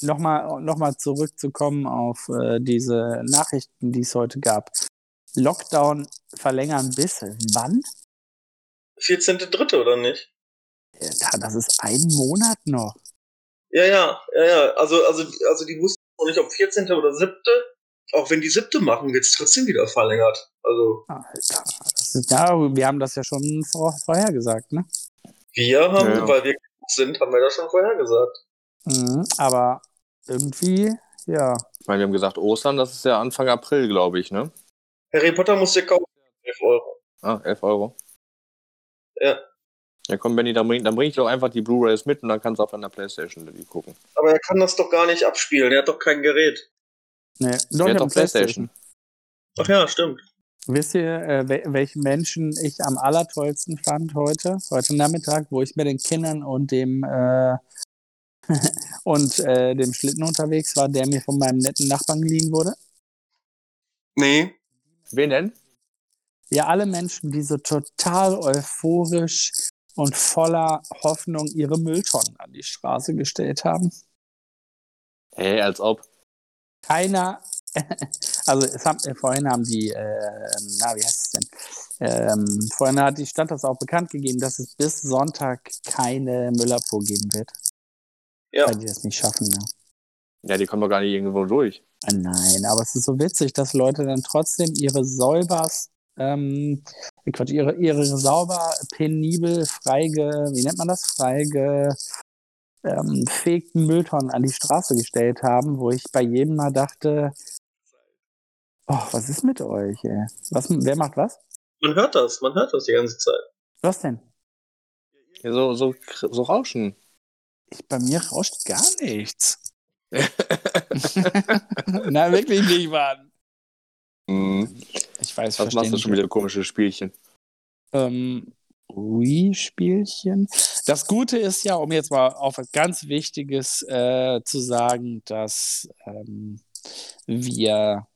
A: Nochmal, nochmal zurückzukommen auf äh, diese Nachrichten, die es heute gab. Lockdown verlängern bis wann?
B: 14.3. oder nicht?
A: Äh, da- Das ist ein Monat noch.
B: Ja, ja, ja, ja. Also, also, also die wussten noch nicht, ob 14. oder 7. Auch wenn die siebte machen, wird's trotzdem wieder verlängert. Also
A: Alter, das ist, ja, wir haben das ja schon vor, vorher gesagt, ne?
B: wir haben,
C: Ja, ja.
B: weil wir klug sind, haben wir das schon vorher gesagt.
A: Mhm, aber irgendwie, ja.
C: Ich meine, wir haben gesagt, Ostern, das ist ja Anfang April, glaube ich, ne?
B: Harry Potter musst du kaufen, 11 Euro.
C: Ah, 11 Euro.
B: Ja.
C: Ja, komm, Benny, dann bring, dann bring ich doch einfach die Blu-Rays mit und dann kannst du auf deiner Playstation die gucken.
B: Aber er kann das doch gar nicht abspielen, er hat doch kein Gerät.
A: Nee,
C: Der
A: doch,
C: hat
A: ich hab
C: doch
A: ein Playstation.
B: Ach ja, stimmt.
A: Wisst ihr, äh, wel welchen Menschen ich am allertollsten fand heute, heute Nachmittag, wo ich mit den Kindern und dem äh, und äh, dem Schlitten unterwegs war, der mir von meinem netten Nachbarn geliehen wurde?
B: Nee.
C: Wen denn?
A: Ja, alle Menschen, die so total euphorisch und voller Hoffnung ihre Mülltonnen an die Straße gestellt haben.
C: Hey, als ob.
A: keiner, also es haben, äh, vorhin haben die, äh, na, wie heißt es denn? Ähm, vorhin hat die Stadt das auch bekannt gegeben, dass es bis Sonntag keine Müllabfuhr geben wird,
B: Ja.
A: weil die das nicht schaffen. Ne?
C: Ja, die kommen doch gar nicht irgendwo durch.
A: Ah, Nein, aber es ist so witzig, dass Leute dann trotzdem ihre säubers, ähm, äh, Quatsch, ihre, ihre sauber, penibel, freige, wie nennt man das, freige, ähm, fegten Mülltonnen an die Straße gestellt haben, wo ich bei jedem mal dachte, oh, was ist mit euch, ey? Was, wer macht was?
B: Man hört das, man hört das die ganze Zeit.
A: Was denn?
C: Ja, so, so, so rauschen.
A: Ich, bei mir rauscht gar nichts. Na, wirklich nicht, Mann.
C: Mhm.
A: Ich weiß,
C: Was machst du
A: verstehen
C: schon wieder komische Spielchen?
A: Ähm, Wii-Spielchen. Das Gute ist ja, um jetzt mal auf was ganz Wichtiges äh, zu sagen, dass ähm, wir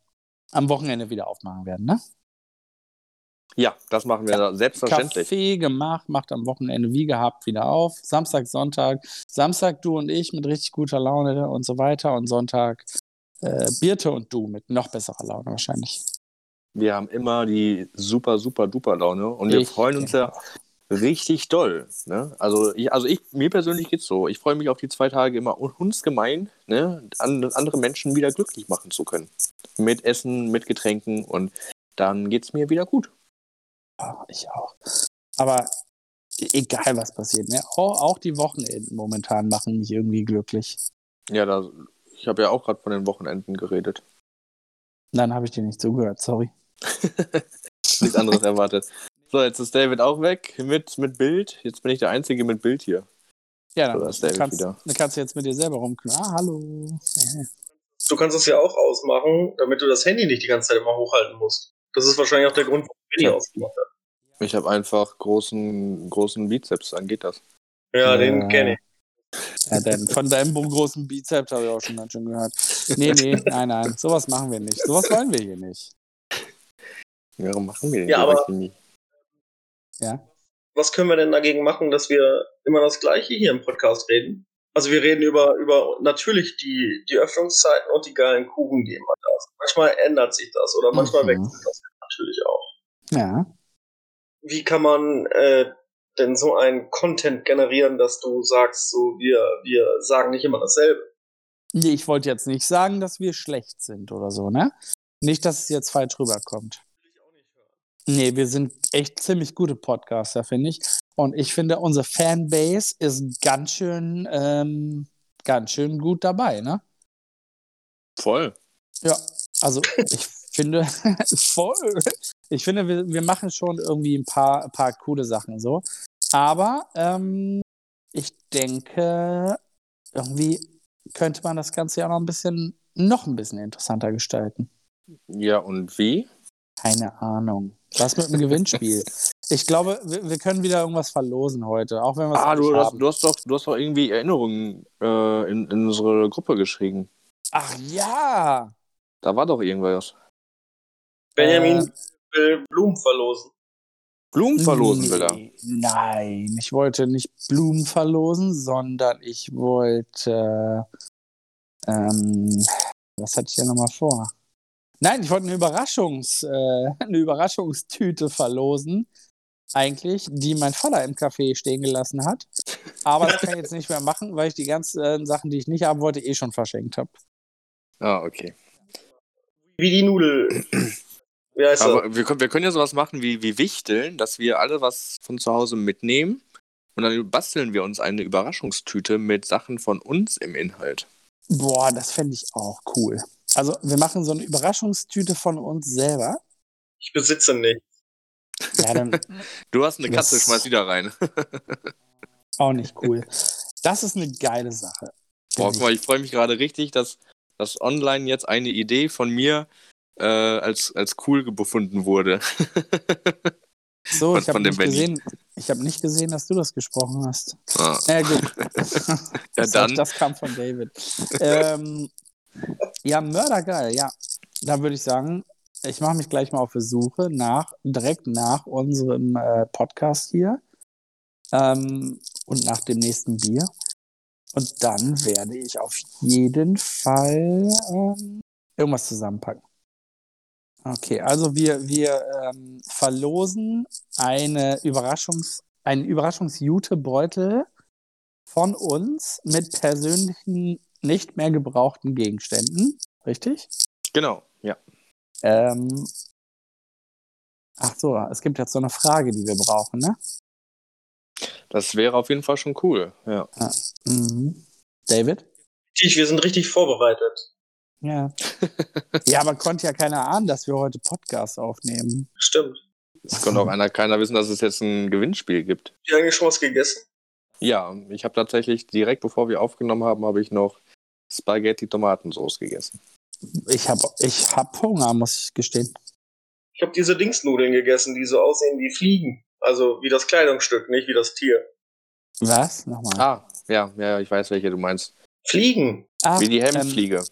A: am Wochenende wieder aufmachen werden. Ne?
C: Ja, das machen wir da selbstverständlich.
A: Kaffee gemacht, macht am Wochenende wie gehabt wieder auf. Samstag, Sonntag. Samstag du und ich mit richtig guter Laune und so weiter. Und Sonntag äh, Birte und du mit noch besserer Laune wahrscheinlich.
C: Wir haben immer die super, super, duper Laune und wir
A: Ich
C: freuen uns ja richtig doll. Ne? Also, ich, also ich, mir persönlich geht's so. Ich freue mich auf die zwei Tage immer un- hundsgemein, ne? An, andere Menschen wieder glücklich machen zu können. Mit Essen, mit Getränken und dann geht's mir wieder gut.
A: Ja, Ah, ich auch. Aber e- egal, was passiert. Ne? Auch, auch die Wochenenden momentan machen mich irgendwie glücklich.
C: Ja, da, ich habe ja auch gerade von den Wochenenden geredet.
A: Dann habe ich dir nicht zugehört, sorry.
C: Nichts anderes erwartet. So, jetzt ist David auch weg mit, mit Bild. Jetzt bin ich der Einzige mit Bild hier.
A: Ja,
C: So, da
A: dann
C: ist David
A: kannst,
C: wieder.
A: dann kannst du jetzt mit dir selber rumknallen. Ah, hallo. Ja.
B: Du kannst das ja auch ausmachen, damit du das Handy nicht die ganze Zeit immer hochhalten musst. Das ist wahrscheinlich auch der Grund, warum ich Handy
C: Ja.
B: ausgemacht habe.
C: Ich habe einfach großen, großen Bizeps, dann geht das.
B: Ja,
A: Ja.
B: den kenne ich.
A: Ja, denn von deinem großen Bizeps habe ich auch schon ganz schön gehört. Nee, nee, nein, nein, sowas machen wir nicht. Sowas wollen wir hier nicht.
C: Warum machen wir denn
B: Ja,
C: die
B: aber-
C: Biochemie?
B: was können wir denn dagegen machen, dass wir immer das Gleiche hier im Podcast reden? Also wir reden über, über natürlich die, die Öffnungszeiten und die geilen Kuchen, die immer da sind. Manchmal ändert sich das oder manchmal
A: Mhm.
B: wechselt das natürlich auch.
A: Ja.
B: Wie kann man äh, denn so einen Content generieren, dass du sagst, so wir, wir sagen nicht immer dasselbe?
A: Nee, ich wollte jetzt nicht sagen, dass wir schlecht sind oder so, ne? Nicht, dass es jetzt falsch rüberkommt. Nee, wir sind echt ziemlich gute Podcaster, finde ich. Und ich finde, unsere Fanbase ist ganz schön, ähm, ganz schön gut dabei, ne?
C: Voll.
A: Ja, also ich finde voll. Ich finde, wir, wir machen schon irgendwie ein paar, ein paar coole Sachen so. Aber ähm, ich denke, irgendwie könnte man das Ganze ja noch ein bisschen, noch ein bisschen interessanter gestalten.
C: Ja, und wie?
A: Keine Ahnung. Was mit dem Gewinnspiel? Ich glaube, wir, wir können wieder irgendwas verlosen heute, auch wenn wir es
C: Ah,
A: nicht
C: du hast,
A: haben.
C: du, hast doch, du hast doch irgendwie Erinnerungen äh, in, in unsere Gruppe geschrieben.
A: Ach ja!
C: Da war doch irgendwas.
B: Benjamin
A: Äh.
B: will Blumen verlosen.
C: Blumen verlosen will er.
A: Nee, Nein, ich wollte nicht Blumen verlosen, sondern ich wollte. Ähm, was hatte ich ja nochmal vor? Nein, ich wollte eine, Überraschungs, äh, eine Überraschungstüte verlosen, eigentlich, die mein Vater im Café stehen gelassen hat. Aber das kann ich jetzt nicht mehr machen, weil ich die ganzen Sachen, die ich nicht haben wollte, eh schon verschenkt habe.
C: Ah, okay.
B: Wie die Nudel. Wie heißt das?
C: Aber wir können, wir können ja sowas machen wie, wie Wichteln, dass wir alle was von zu Hause mitnehmen und dann basteln wir uns eine Überraschungstüte mit Sachen von uns im Inhalt.
A: Boah, das fände ich auch cool. Also, wir machen so eine Überraschungstüte von uns selber.
B: Ich besitze nicht.
A: Ja, dann
C: Du hast eine
A: Das-
C: Katze, schmeiß die da rein.
A: Auch nicht cool. Das ist eine geile Sache.
C: Boah, guck mal, ich freue mich gerade richtig, dass, dass online jetzt eine Idee von mir äh, als, als cool befunden wurde.
A: so,
C: von-
A: ich habe
C: von dem
A: nicht,
C: Benny.
A: gesehen- ich hab nicht gesehen, dass du das gesprochen hast.
C: Ah,
A: Na ja, gut.
C: ja,
A: Das, hab ich-
C: dann.
A: das kam von David. ähm, ja, mördergeil, ja. Da würde ich sagen, ich mache mich gleich mal auf die Suche nach, direkt nach unserem äh, Podcast hier ähm, und nach dem nächsten Bier. Und dann werde ich auf jeden Fall ähm, irgendwas zusammenpacken. Okay, also wir, wir ähm, verlosen eine Überraschungs-, einen Überraschungsjutebeutel von uns mit persönlichen, nicht mehr gebrauchten Gegenständen. Richtig?
C: Genau, ja.
A: Ähm, ach so, es gibt jetzt so eine Frage, die wir brauchen, ne?
C: Das wäre auf jeden Fall schon cool. Ja.
A: Mhm. David?
B: Tisch, wir sind richtig vorbereitet.
A: Ja. ja, aber konnte ja keiner ahnen, dass wir heute Podcast aufnehmen.
B: Stimmt.
C: Es konnte auch einer, keiner wissen, dass es jetzt ein Gewinnspiel gibt.
B: Habt ihr eigentlich schon was gegessen?
C: Ja, ich habe tatsächlich direkt bevor wir aufgenommen haben, habe ich noch Spaghetti Tomatensauce gegessen.
A: Ich habe ich hab Hunger, muss ich gestehen.
B: Ich habe diese Dingsnudeln gegessen, die so aussehen wie Fliegen. Also wie das Kleidungsstück, nicht wie das Tier.
A: Was? Nochmal.
C: Ah, ja, ja, ich weiß, welche du meinst.
B: Fliegen?
A: Ach,
C: Wie die
A: Ähm,
C: Hemmfliege.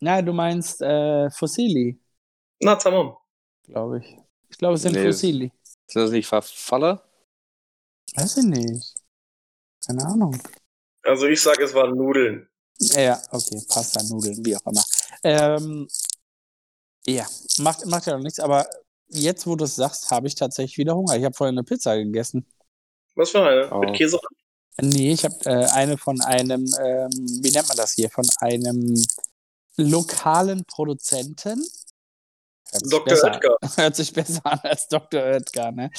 A: na, du meinst äh, Fossili,
B: Na, tamam.
A: glaube ich. Ich glaube, es sind
C: Nee.
A: Fossili.
C: Sind das nicht Verfalle?
A: Weiß ich nicht. Keine Ahnung.
B: Also ich sag, es waren Nudeln.
A: Ja, okay, Pasta, Nudeln, wie auch immer. Ähm, ja, macht, macht ja noch nichts, aber jetzt, wo du es sagst, habe ich tatsächlich wieder Hunger. Ich habe vorhin eine Pizza gegessen.
B: Was für eine?
C: Oh.
B: Mit Käse?
A: Nee, ich habe äh, eine von einem, ähm, wie nennt man das hier, von einem lokalen Produzenten. Hört sich
B: Dr.
A: besser-
B: Oetker.
A: Hört sich besser an als Dr. Oetker, ne?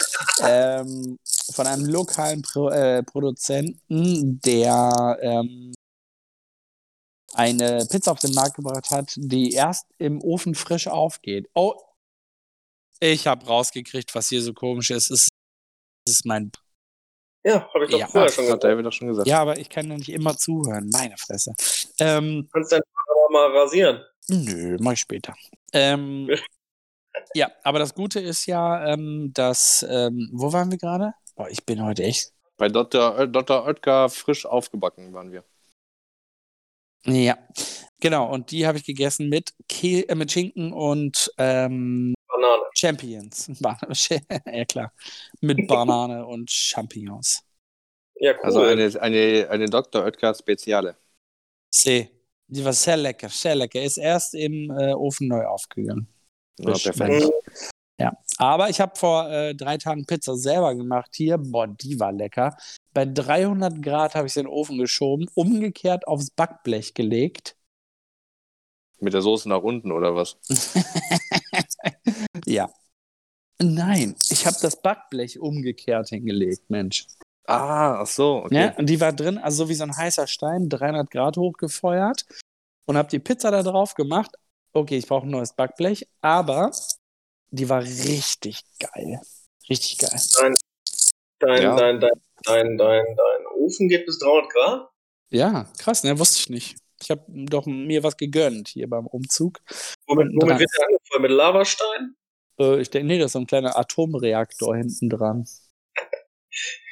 A: ähm, von einem lokalen Pro, äh, Produzenten, der ähm, eine Pizza auf den Markt gebracht hat, die erst im Ofen frisch aufgeht. Oh, ich habe rausgekriegt, was hier so komisch ist. Es ist mein.
B: Ja, habe ich doch
A: Ja,
B: vorher schon
C: Das hat
B: gesagt.
C: David doch schon gesagt.
A: Ja, aber ich kann ja nicht immer zuhören. Meine Fresse. Ähm,
B: Du kannst deinen Vater aber mal rasieren.
A: Nö, mach ich später. Ähm, ja, aber das Gute ist ja, ähm, dass, ähm, wo waren wir gerade? Boah, ich bin heute echt.
C: äh, Bei Dr. Ö- Dr. Oetker frisch aufgebacken waren wir.
A: Ja, genau. Und die habe ich gegessen mit, Kehl, äh, mit Schinken und ähm,
B: Banane.
A: Champions. Ba- ja, klar. Mit Banane und Champignons.
B: Ja, cool.
C: Also eine, eine, eine Dr. Oetker Speziale.
A: C. Die war sehr lecker, sehr lecker. Ist erst im äh, Ofen neu aufgegangen.
C: Ja,
A: Das
C: perfekt.
A: Aber ich habe vor äh, drei Tagen Pizza selber gemacht hier. Boah, die war lecker. Bei 300 Grad habe ich sie in den Ofen geschoben, umgekehrt aufs Backblech gelegt.
C: Mit der Soße nach unten oder was?
A: ja. Nein, ich habe das Backblech umgekehrt hingelegt, Mensch.
C: Ah, ach so, okay.
A: Ne? Und die war drin, also so wie so ein heißer Stein, 300 Grad hochgefeuert und habe die Pizza da drauf gemacht. Okay, ich brauche ein neues Backblech, aber die war richtig geil. Richtig geil.
B: dein,
C: ja.
B: dein, dein, dein, dein, dein Ofen geht bis 300 Grad?
A: Ja, krass, ne? Wusste ich nicht. Ich habe doch mir was gegönnt hier beim Umzug.
B: Womit,
A: Und
B: womit
A: drei.
B: wird der angefeuert? Mit Lavastein?
A: Äh, ich denke, nee, das ist so ein kleiner Atomreaktor hinten dran.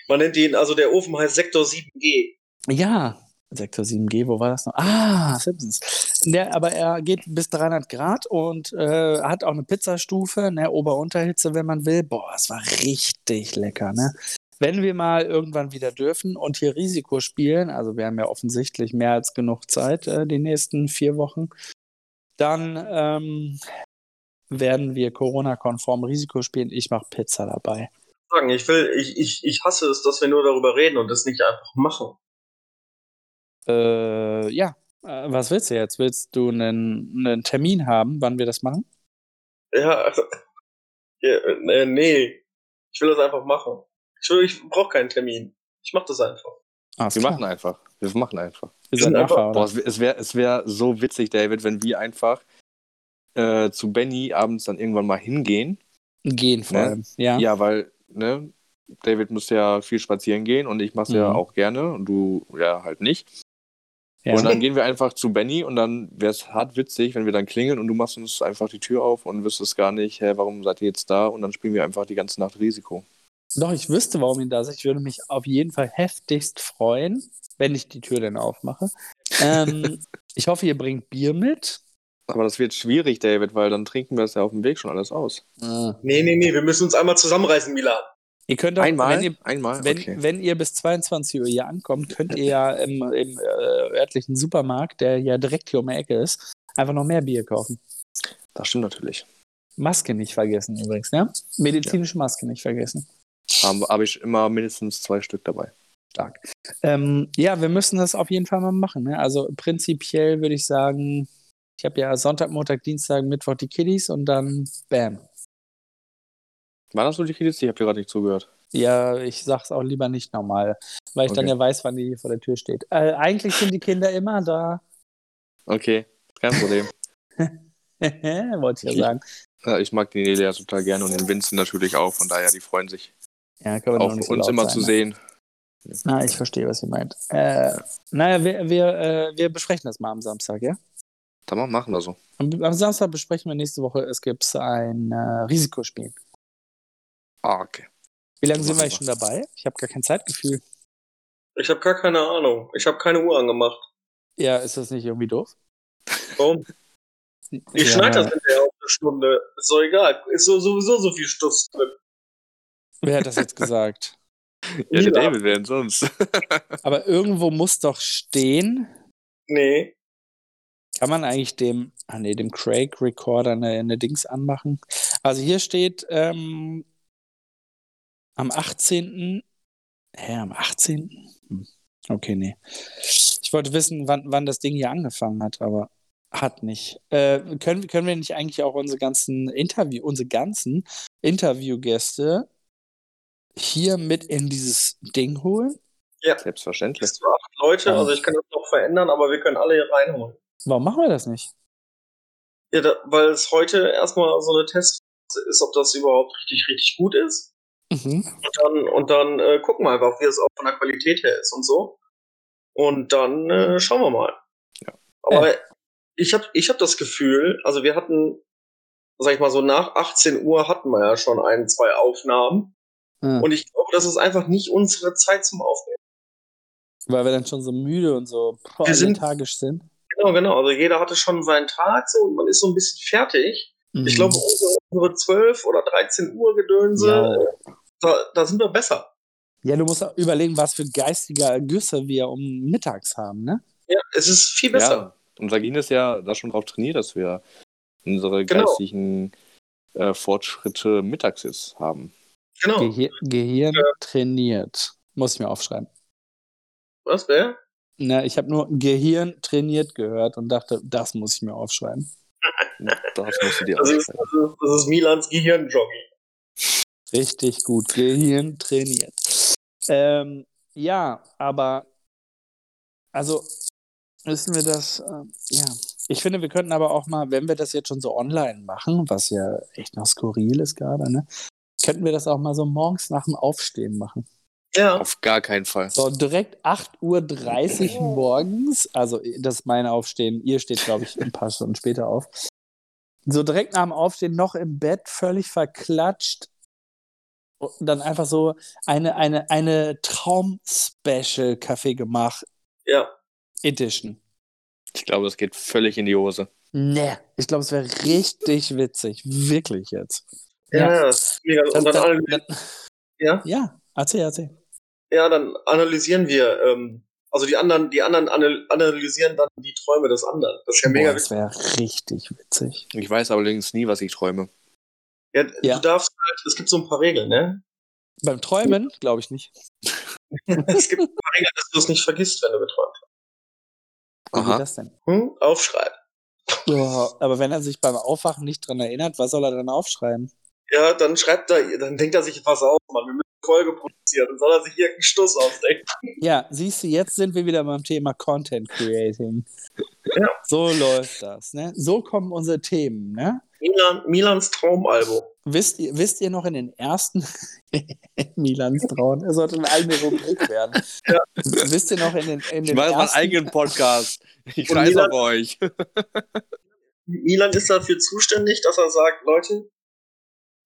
B: Man nennt ihn, also der Ofen heißt Sektor 7G.
A: Ja, Sektor 7G, wo war das noch? Ah, Simpsons. Der, aber er geht bis 300 Grad und äh, hat auch eine Pizzastufe, ne, Ober-Unterhitze, wenn man will. Boah, es war richtig lecker, ne? Wenn wir mal irgendwann wieder dürfen und hier Risiko spielen, also wir haben ja offensichtlich mehr als genug Zeit äh, die nächsten vier Wochen, dann ähm, werden wir Corona-konform Risiko spielen. Ich mache Pizza dabei.
B: Sagen, Ich will, ich, ich, ich hasse es, dass wir nur darüber reden und das nicht einfach machen.
A: Äh, ja, äh, was willst du jetzt? Willst du einen, einen Termin haben, wann wir das machen?
B: Ja, also, ja äh, nee. Ich will das einfach machen. Ich, will- ich brauche keinen Termin. Ich mach das einfach.
A: Ah,
C: Wir machen einfach. Wir machen einfach.
A: Ihr seid
B: einfach-
A: Macher, oder?
C: Boah, es wäre es wär- es wär so witzig, David, wenn wir einfach äh, zu Benny abends dann irgendwann mal hingehen.
A: Gehen vor
C: Ne?
A: allem. Ja.
C: Ja, weil, ne, David muss ja viel spazieren gehen und ich mach's ja
A: Mhm.
C: auch gerne und du ja halt nicht.
A: ja.
C: Und dann gehen wir einfach zu Benny und dann wäre es hart witzig, wenn wir dann klingeln und du machst uns einfach die Tür auf und wüsstest gar nicht, hä, warum seid ihr jetzt da? Und dann spielen wir einfach die ganze Nacht Risiko.
A: Doch, ich wüsste, warum ihn da ist. Ich würde mich auf jeden Fall heftigst freuen, wenn ich die Tür denn aufmache. ähm, ich hoffe, ihr bringt Bier mit.
C: Aber das wird schwierig, David, weil dann trinken wir es ja auf dem Weg schon alles aus. Ah.
B: Nee, nee, nee, wir müssen uns einmal zusammenreißen, Milan.
A: Ihr könnt auch,
C: einmal?
A: wenn ihr,
C: einmal?
A: wenn,
C: okay.
A: wenn ihr bis 22 Uhr hier ankommt, könnt ihr ja im, im äh, örtlichen Supermarkt, der ja direkt hier um die Ecke ist, einfach noch mehr Bier kaufen.
C: Das stimmt natürlich.
A: Maske nicht vergessen übrigens, ne? Medizinische Maske nicht vergessen.
C: Habe hab ich immer mindestens zwei Stück dabei.
A: Stark. Ähm, ja, wir müssen das auf jeden Fall mal machen. Ne? Also prinzipiell würde ich sagen, ich habe ja Sonntag, Montag, Dienstag, Mittwoch die Kiddies und dann Bam.
C: War das so die Kredits? Ich habe dir gerade nicht zugehört.
A: Ja, ich sag's auch lieber nicht nochmal, weil ich dann
C: Okay.
A: ja weiß, wann die hier vor der Tür steht. Äh, eigentlich sind die Kinder immer da.
C: Okay, kein Problem.
A: Wollte ich ja
C: Ja.
A: sagen.
C: ja, ich mag die Nelia total gerne und den Vincent natürlich auch. Von daher, die freuen sich
A: Ja, können wir noch
C: auf
A: nicht so
C: uns
A: laut
C: immer
A: sein,
C: zu
A: ne?
C: sehen.
A: Na, ich verstehe, was ihr meint. Äh, naja, wir, wir, äh, wir besprechen das mal am Samstag, ja?
C: Dann mal machen also? wir so.
A: Am, am Samstag besprechen wir nächste Woche, es gibt ein äh, Risikospiel.
C: Ah, okay.
A: Wie lange sind wir
C: Machen
A: eigentlich schon dabei? Ich habe gar kein Zeitgefühl.
B: Ich habe gar keine Ahnung. Ich habe keine Uhr angemacht.
A: Ja, ist das nicht irgendwie doof?
B: Warum? Ich
A: ja,
B: schneide das hinterher auf eine Stunde. Ist doch egal. Ist so, sowieso so viel Stuss drin.
A: Wer hat das jetzt gesagt?
C: Ja, der
B: Milan.
C: David, wer denn sonst?
A: Aber irgendwo muss doch stehen,
B: Nee.
A: kann man eigentlich dem, ah nee, dem Craig Recorder eine, eine Dings anmachen? Also hier steht ähm, am 18. Hä, am 18.? Hm. Okay, nee. Ich wollte wissen, wann, wann das Ding hier angefangen hat, aber hat nicht. Äh, können, können wir nicht eigentlich auch unsere ganzen Interview, unsere ganzen Interviewgäste hier mit in dieses Ding holen?
C: Selbstverständlich.
B: Bis zu acht Leute.
A: Ja.
B: Also ich kann das noch verändern, aber wir können alle hier reinholen.
A: Warum machen wir das nicht?
B: Ja, da, weil es heute erstmal so eine Testphase ist, ob das überhaupt richtig, richtig gut ist.
A: Mhm.
B: Und dann, und dann äh, gucken wir einfach, wie es auch von der Qualität her ist und so. Und dann äh, schauen wir mal. Aber ich habe ich hab das Gefühl, also wir hatten, sag ich mal so, nach 18 Uhr hatten wir ja schon ein, zwei Aufnahmen.
A: Ja.
B: Und ich glaube, das ist einfach nicht unsere Zeit zum Aufnehmen.
A: Weil wir dann schon so müde und so
B: sind-
A: proletarisch sind.
B: Genau, genau. Also jeder hatte schon seinen Tag so und man ist so ein bisschen fertig. Ich glaube,
A: Mhm.
B: unsere, unsere 12 oder 13 Uhr Gedönse,
A: Ja.
B: äh, da, da sind wir besser.
A: Ja, du musst auch überlegen, was für geistige Ergüsse wir um mittags haben, ne?
B: Ja, es ist viel besser.
C: Ja, unser Gehirn ist ja da schon drauf trainiert, dass wir unsere
B: Genau.
C: geistigen äh, Fortschritte mittags jetzt haben.
B: Genau.
A: Gehir Gehirn trainiert. Muss ich mir aufschreiben.
B: Was, wer?
A: Na, ich habe nur Gehirn trainiert gehört und dachte, das muss ich mir aufschreiben.
C: Das musst du dir
B: Das ist,
C: aufschreiben.
B: das ist, das ist Milans Gehirnjogging.
A: Richtig gut. Gehirn trainiert. Ähm, ja, aber also müssen wir das, ähm, ja. Ich finde, wir könnten aber auch mal, wenn wir das jetzt schon so online machen, was ja echt noch skurril ist gerade, ne? Könnten wir das auch mal so morgens nach dem Aufstehen machen.
B: Ja,
C: Auf gar keinen Fall.
A: So, direkt 8.30 Uhr
B: Oh.
A: morgens, also das ist mein Aufstehen, ihr steht, glaube ich, ein paar Stunden später auf. So direkt nach dem Aufstehen noch im Bett, völlig verklatscht. Und dann einfach so eine, eine, eine Traum-Special-Kaffeegemach
B: ja.
A: Edition.
C: Ich glaube, das geht völlig in die Hose.
A: Nee, Ne, ich glaube, es wäre richtig witzig. Wirklich jetzt.
B: Ja, ja. das ist mega. Und dann, alle, ja?
A: ja, erzähl, erzähl.
B: ja, dann analysieren wir, ähm, also die anderen, die anderen anal- analysieren dann die Träume des anderen. Das ist ja mega
A: Boah, das wäre richtig witzig.
C: Ich weiß allerdings nie, was ich träume.
B: Ja,
A: Ja.
B: Du darfst halt, es gibt so ein paar Regeln, ne?
A: Beim Träumen, glaube ich nicht.
B: Es gibt ein paar Regeln, dass du es nicht vergisst, wenn du beträumst.
A: Wie geht
C: Aha.
A: das denn?
B: Hm? Aufschreiben.
A: Ja, aber wenn er sich beim Aufwachen nicht dran erinnert, was soll er dann aufschreiben?
B: Ja, dann schreibt er, dann denkt er sich was aus, Mann. Wir müssen eine Folge produzieren. Dann soll er sich irgendeinen Stuss ausdenken.
A: Ja, siehst du, jetzt sind wir wieder beim Thema Content Creating.
B: Ja.
A: So läuft das, ne? So kommen unsere Themen, ne?
B: Milan, Milans Traumalbum.
A: Wisst ihr, wisst ihr noch in den ersten Milans Trauen? Es sollte eine eigene Rubrik werden. Wisst ihr noch in den, in
C: Ich
A: den
C: mache jetzt meinen
A: ersten
C: eigenen Podcast. Ich
B: Und
C: scheiß
B: jeder-
C: auf euch.
B: Milan ist dafür zuständig, dass er sagt, Leute,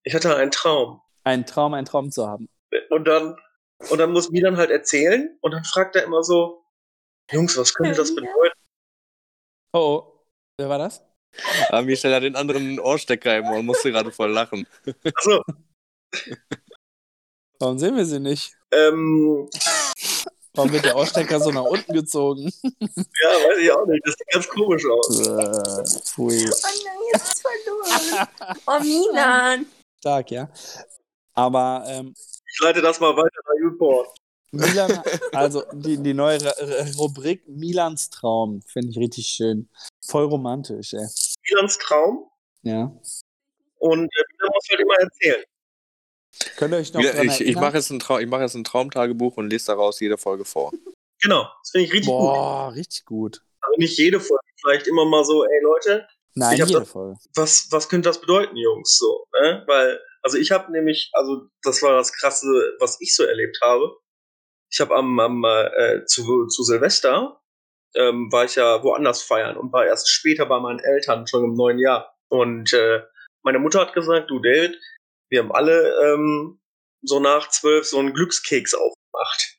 B: ich hatte einen Traum.
A: einen Traum, einen Traum zu haben?
B: Und dann, und dann muss Milan halt erzählen und dann fragt er immer so, Jungs, was könnte das bedeuten?
A: Oh, oh. wer war das?
C: Aber mir stellt er Ah, den anderen einen Ohrstecker im Ohr und musste gerade voll lachen.
B: Also,
A: Warum sehen wir sie nicht?
B: ähm,
A: Warum wird der Ausstecker so nach unten gezogen?
B: ja, weiß ich auch nicht. Das sieht ganz komisch aus.
A: Äh, Pfui.
D: Oh nein, jetzt ist es verloren. Oh, Milan.
A: Stark, ja. Aber ähm,
B: Ich leite das mal weiter bei Newport.
A: Milan, also die, die neue R- R- Rubrik Milans Traum finde ich richtig schön. Voll romantisch, ey.
B: Milans Traum.
A: Ja.
B: Und äh, Milan muss halt immer erzählen.
A: Könnt ihr euch noch
C: Wieder,
A: dran ne?
C: ich ich
A: erinnern?
C: mache jetzt, ein Trau- ich mach jetzt ein Traumtagebuch und lese daraus jede Folge vor.
B: Genau, das finde ich richtig gut.
A: Boah, richtig gut.
B: Also nicht jede Folge, vielleicht immer mal so, ey Leute,
A: Nein,
B: Ich hab
A: jede
B: das-
A: Folge.
B: was, was könnte das bedeuten, Jungs? So, ne? Weil, also ich habe nämlich, also das war das Krasse, was ich so erlebt habe. Ich habe am, am äh, zu, zu Silvester ähm, war ich ja woanders feiern und war erst später bei meinen Eltern, schon im neuen Jahr. Und äh, meine Mutter hat gesagt, du David, wir haben alle ähm, so nach zwölf so einen Glückskeks aufgemacht.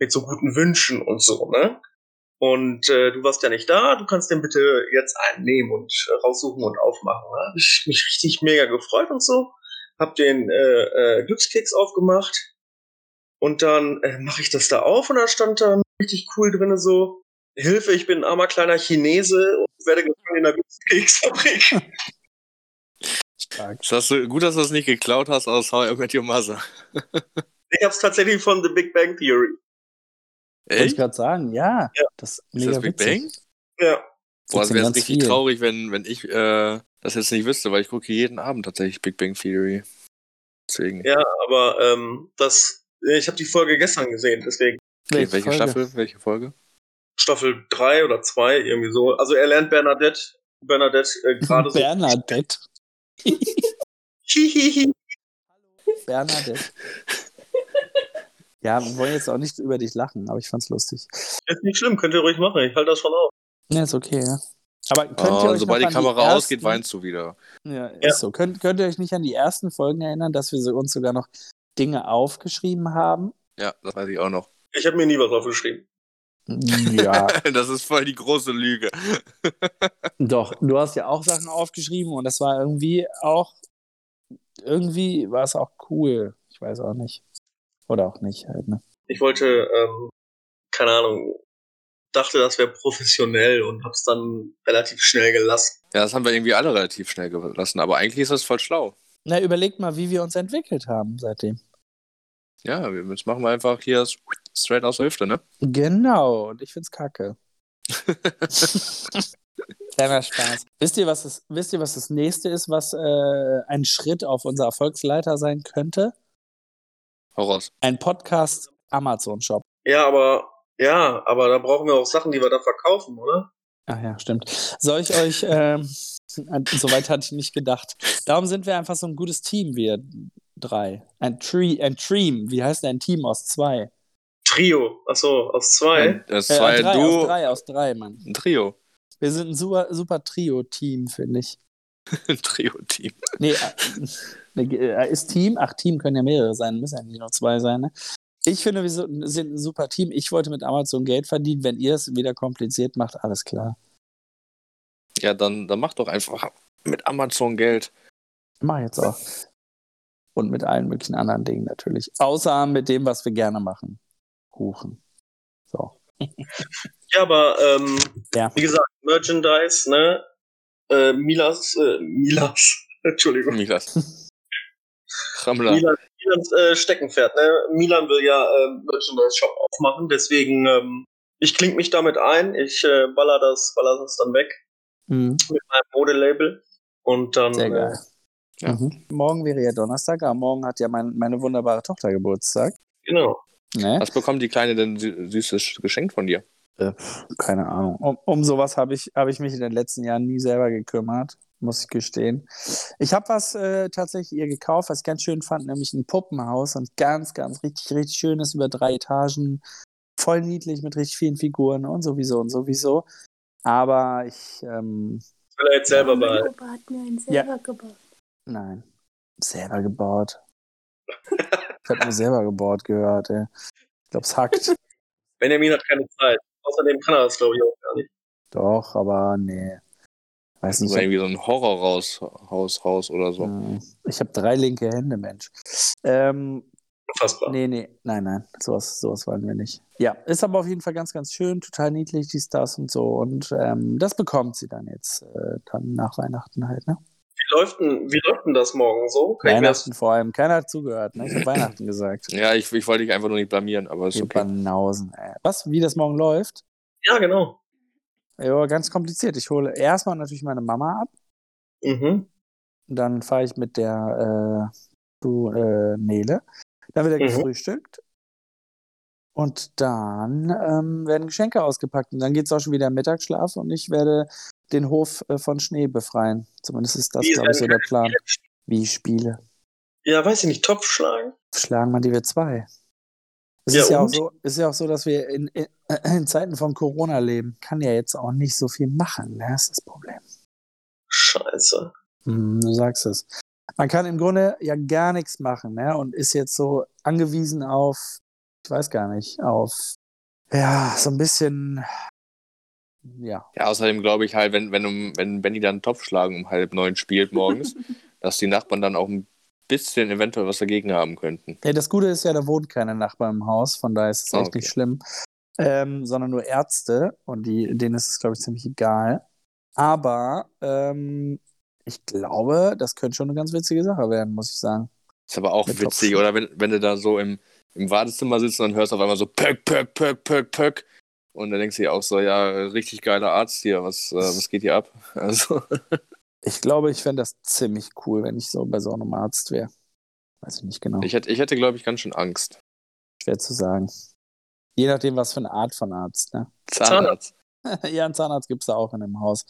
B: Mit so guten Wünschen und so, ne? Und äh, du warst ja nicht da, du kannst den bitte jetzt einnehmen und äh, raussuchen und aufmachen. Ne? Hab Ich mich richtig mega gefreut und so. Hab den äh, äh, Glückskeks aufgemacht. Und dann äh, mache ich das da auf und da stand dann richtig cool drinne so, Hilfe, ich bin ein armer kleiner Chinese und werde gefangen in der Glückskeksfabrik.
A: Stark.
C: Ist das so, gut, dass du das nicht geklaut hast aus How I Met Your Mother.
B: ich hab's tatsächlich von The Big Bang Theory.
A: Wollte ich
C: Echt?
A: gerade sagen, ja. Das ist
C: Ist
A: mega
C: das Big
A: witzig.
C: Bang?
B: Ja.
C: Boah,
A: Das
C: es
A: sind
C: wäre
A: ganz
C: richtig
A: viel.
C: traurig, wenn, wenn ich äh, das jetzt nicht wüsste, weil ich gucke jeden Abend tatsächlich Big Bang Theory. Deswegen.
B: Ja, Aber ähm, das, ich habe die Folge gestern gesehen, deswegen
C: okay, welche
A: Folge?
C: Staffel, welche Folge?
B: Staffel 3 oder 2, irgendwie so. Also er lernt Bernadette, Bernadette äh, gerade so.
A: Bernadette.
B: Hihihi.
A: Bernadette. ja, wir wollen jetzt auch nicht über dich lachen, aber ich fand's lustig.
B: Ist nicht schlimm, könnt ihr ruhig machen, ich halte das schon auf.
A: Ja, ist okay, ja. Aber könnt ihr
C: Oh,
A: euch
C: sobald
A: noch
C: die
A: an
C: Kamera
A: ersten-
C: ausgeht, weinst du wieder.
A: Ja, ist
B: Ja.
A: so. Könnt, könnt ihr euch nicht an die ersten Folgen erinnern, dass wir so- uns sogar noch Dinge aufgeschrieben haben?
C: Ja, das weiß ich auch noch.
B: Ich habe mir nie was aufgeschrieben.
A: Ja,
C: Das ist voll die große Lüge.
A: Doch, du hast ja auch Sachen aufgeschrieben und das war irgendwie auch, irgendwie war es auch cool. Ich weiß auch nicht. Oder auch nicht halt, ne?
B: Ich wollte, ähm, keine Ahnung, dachte, das wäre professionell und hab's dann relativ schnell gelassen.
C: Ja, das haben wir irgendwie alle relativ schnell gelassen, aber eigentlich ist das voll schlau.
A: Na, überleg mal, wie wir uns entwickelt haben seitdem.
C: Ja, wir- jetzt machen wir einfach hier straight aus der Hüfte, ne?
A: Genau, und ich find's kacke. Kleiner Spaß. Wisst ihr, was das, wisst ihr, was das nächste ist, was äh, ein Schritt auf unser Erfolgsleiter sein könnte?
C: Hau raus.
A: Ein Podcast Amazon Shop.
B: Ja, aber, ja, aber da brauchen wir auch Sachen, die wir da verkaufen, oder?
A: Ach Ah ja, stimmt. Soll ich euch, ähm, soweit hatte ich nicht gedacht. Darum sind wir einfach so ein gutes Team, wir drei. Ein Tree, ein Dream. Wie heißt denn ein Team aus zwei?
B: Trio, ach so, aus zwei.
C: Ein- Das
A: Äh,
C: zwei
A: drei,
C: Duo,
A: aus drei, aus drei, Mann.
C: ein Trio.
A: Wir sind ein super, super Trio-Team, finde ich.
C: Ein Trio-Team.
A: Nee, äh, äh, ist Team? Ach, Team können ja mehrere sein, müssen ja nicht nur zwei sein, ne? Ich finde, wir so- sind ein super Team. Ich wollte mit Amazon Geld verdienen. Wenn ihr es wieder kompliziert macht, alles klar.
C: Ja, dann, dann mach doch einfach mit Amazon Geld.
A: Mach jetzt auch. Und mit allen möglichen anderen Dingen natürlich. Außer mit dem, was wir gerne machen. Kuchen. So.
B: Ja, aber ähm,
A: Ja.
B: wie gesagt, Merchandise, ne? Äh, Milas, äh, Milas, Entschuldigung.
C: Milas. Rammler.
B: Milan, Milans äh, Steckenpferd, ne? Milan will ja ähm, Merchandise-Shop aufmachen, deswegen, ähm, ich kling mich damit ein, ich äh, baller das, baller das dann weg
A: Mhm.
B: mit meinem Modelabel und dann
A: Sehr
B: äh,
A: geil.
C: Ja.
A: Mhm. Morgen wäre ja Donnerstag, aber morgen hat ja mein, meine wunderbare Tochter Geburtstag.
B: genau.
A: Ne?
C: Was bekommt die Kleine denn sü- süßes Geschenk von dir?
A: keine Ahnung. Um, um sowas habe ich, hab ich mich in den letzten Jahren nie selber gekümmert, muss ich gestehen. Ich habe was äh, tatsächlich ihr gekauft, was ich ganz schön fand, nämlich ein Puppenhaus und ganz, ganz richtig, richtig schönes über drei Etagen. Voll niedlich mit richtig vielen Figuren und sowieso und sowieso. Aber ich, ähm,
B: Das will er jetzt selber behalten.
D: Opa hat mir einen selber gebaut.
A: nein, selber gebaut. Ich habe mir selber gebaut gehört, ey. Ich glaube, es hackt.
B: Benjamin hat keine Zeit. Außerdem kann er das, glaube ich, auch gar nicht.
A: Doch, aber nee. Weiß
C: So
A: nicht,
C: irgendwie so ein Horrorhaus raus, raus oder so.
A: Mm, Ich habe drei linke Hände, Mensch. Ähm,
B: Unfassbar.
A: nee, nee, nein, nein, sowas, sowas wollen wir nicht. Ja, ist aber auf jeden Fall ganz, ganz schön, total niedlich, die Stars und so. Und ähm, das bekommt sie dann jetzt, äh, dann nach Weihnachten halt, ne?
B: Wie, läuft denn, wie läuft denn das morgen so? Kann ich mir das-
A: Weihnachten vor allem, keiner hat zugehört, ne? Ich habe Weihnachten gesagt.
C: Ja, ich, ich wollte dich einfach nur nicht blamieren, aber ist
A: Die
C: okay.
A: Banausen, ey. Was, wie das morgen läuft?
B: Ja, genau.
A: Ja, ganz kompliziert. Ich hole erstmal natürlich meine Mama ab,
B: Mhm.
A: und dann fahre ich mit der äh, du, äh, Nele. Dann wird er
B: Mhm.
A: gefrühstückt. Und dann ähm, werden Geschenke ausgepackt. Und dann geht es auch schon wieder im Mittagsschlaf und ich werde den Hof äh, von Schnee befreien. Zumindest ist das,
B: Wie
A: glaube ich,
B: sein
A: so der Plan. Wie ich spiele.
B: Ja, weiß ich nicht, Topf schlagen?
A: Schlagen man die wir zwei. Es
B: Ja,
A: ist, ja auch
B: und?
A: so, ist ja auch so, dass wir in, in, in Zeiten von Corona leben. Kann ja jetzt auch nicht so viel machen. Ne? Das ist das Problem.
B: Scheiße.
A: Hm, du sagst es. Man kann im Grunde ja gar nichts machen, ne? Und ist jetzt so angewiesen auf, ich weiß gar nicht, auf, ja, so ein bisschen, ja.
C: Ja, außerdem glaube ich halt, wenn, wenn, um, wenn Benny dann Topf schlagen um halb neun spielt morgens, dass die Nachbarn dann auch ein bisschen eventuell was dagegen haben könnten.
A: ja. Das Gute ist ja, da wohnt keine Nachbarn im Haus, von daher ist es
C: Ah,
A: echt
C: okay.
A: nicht schlimm. Ähm, sondern nur Ärzte und die, denen ist es, glaube ich, ziemlich egal. Aber ähm, ich glaube, das könnte schon eine ganz witzige Sache werden, muss ich sagen.
C: Ist aber auch
A: Mit
C: witzig,
A: Topf.
C: oder? Wenn, wenn du da so im, im Wartezimmer sitzt und dann hörst du auf einmal so Pöck, Pöck, Pöck, Pöck, Pöck. Und dann denkst du dir auch so, ja, richtig geiler Arzt hier, was, äh, was geht hier ab? Also,
A: Ich glaube, ich fände das ziemlich cool, wenn ich so bei so einem Arzt wäre. Weiß ich nicht genau.
C: ich hätte, ich hätte glaube ich, ganz schön Angst.
A: Schwer zu sagen. Je nachdem, was für eine Art von Arzt. Ne?
C: Zahnarzt.
A: ja, einen Zahnarzt gibt es da auch in dem Haus.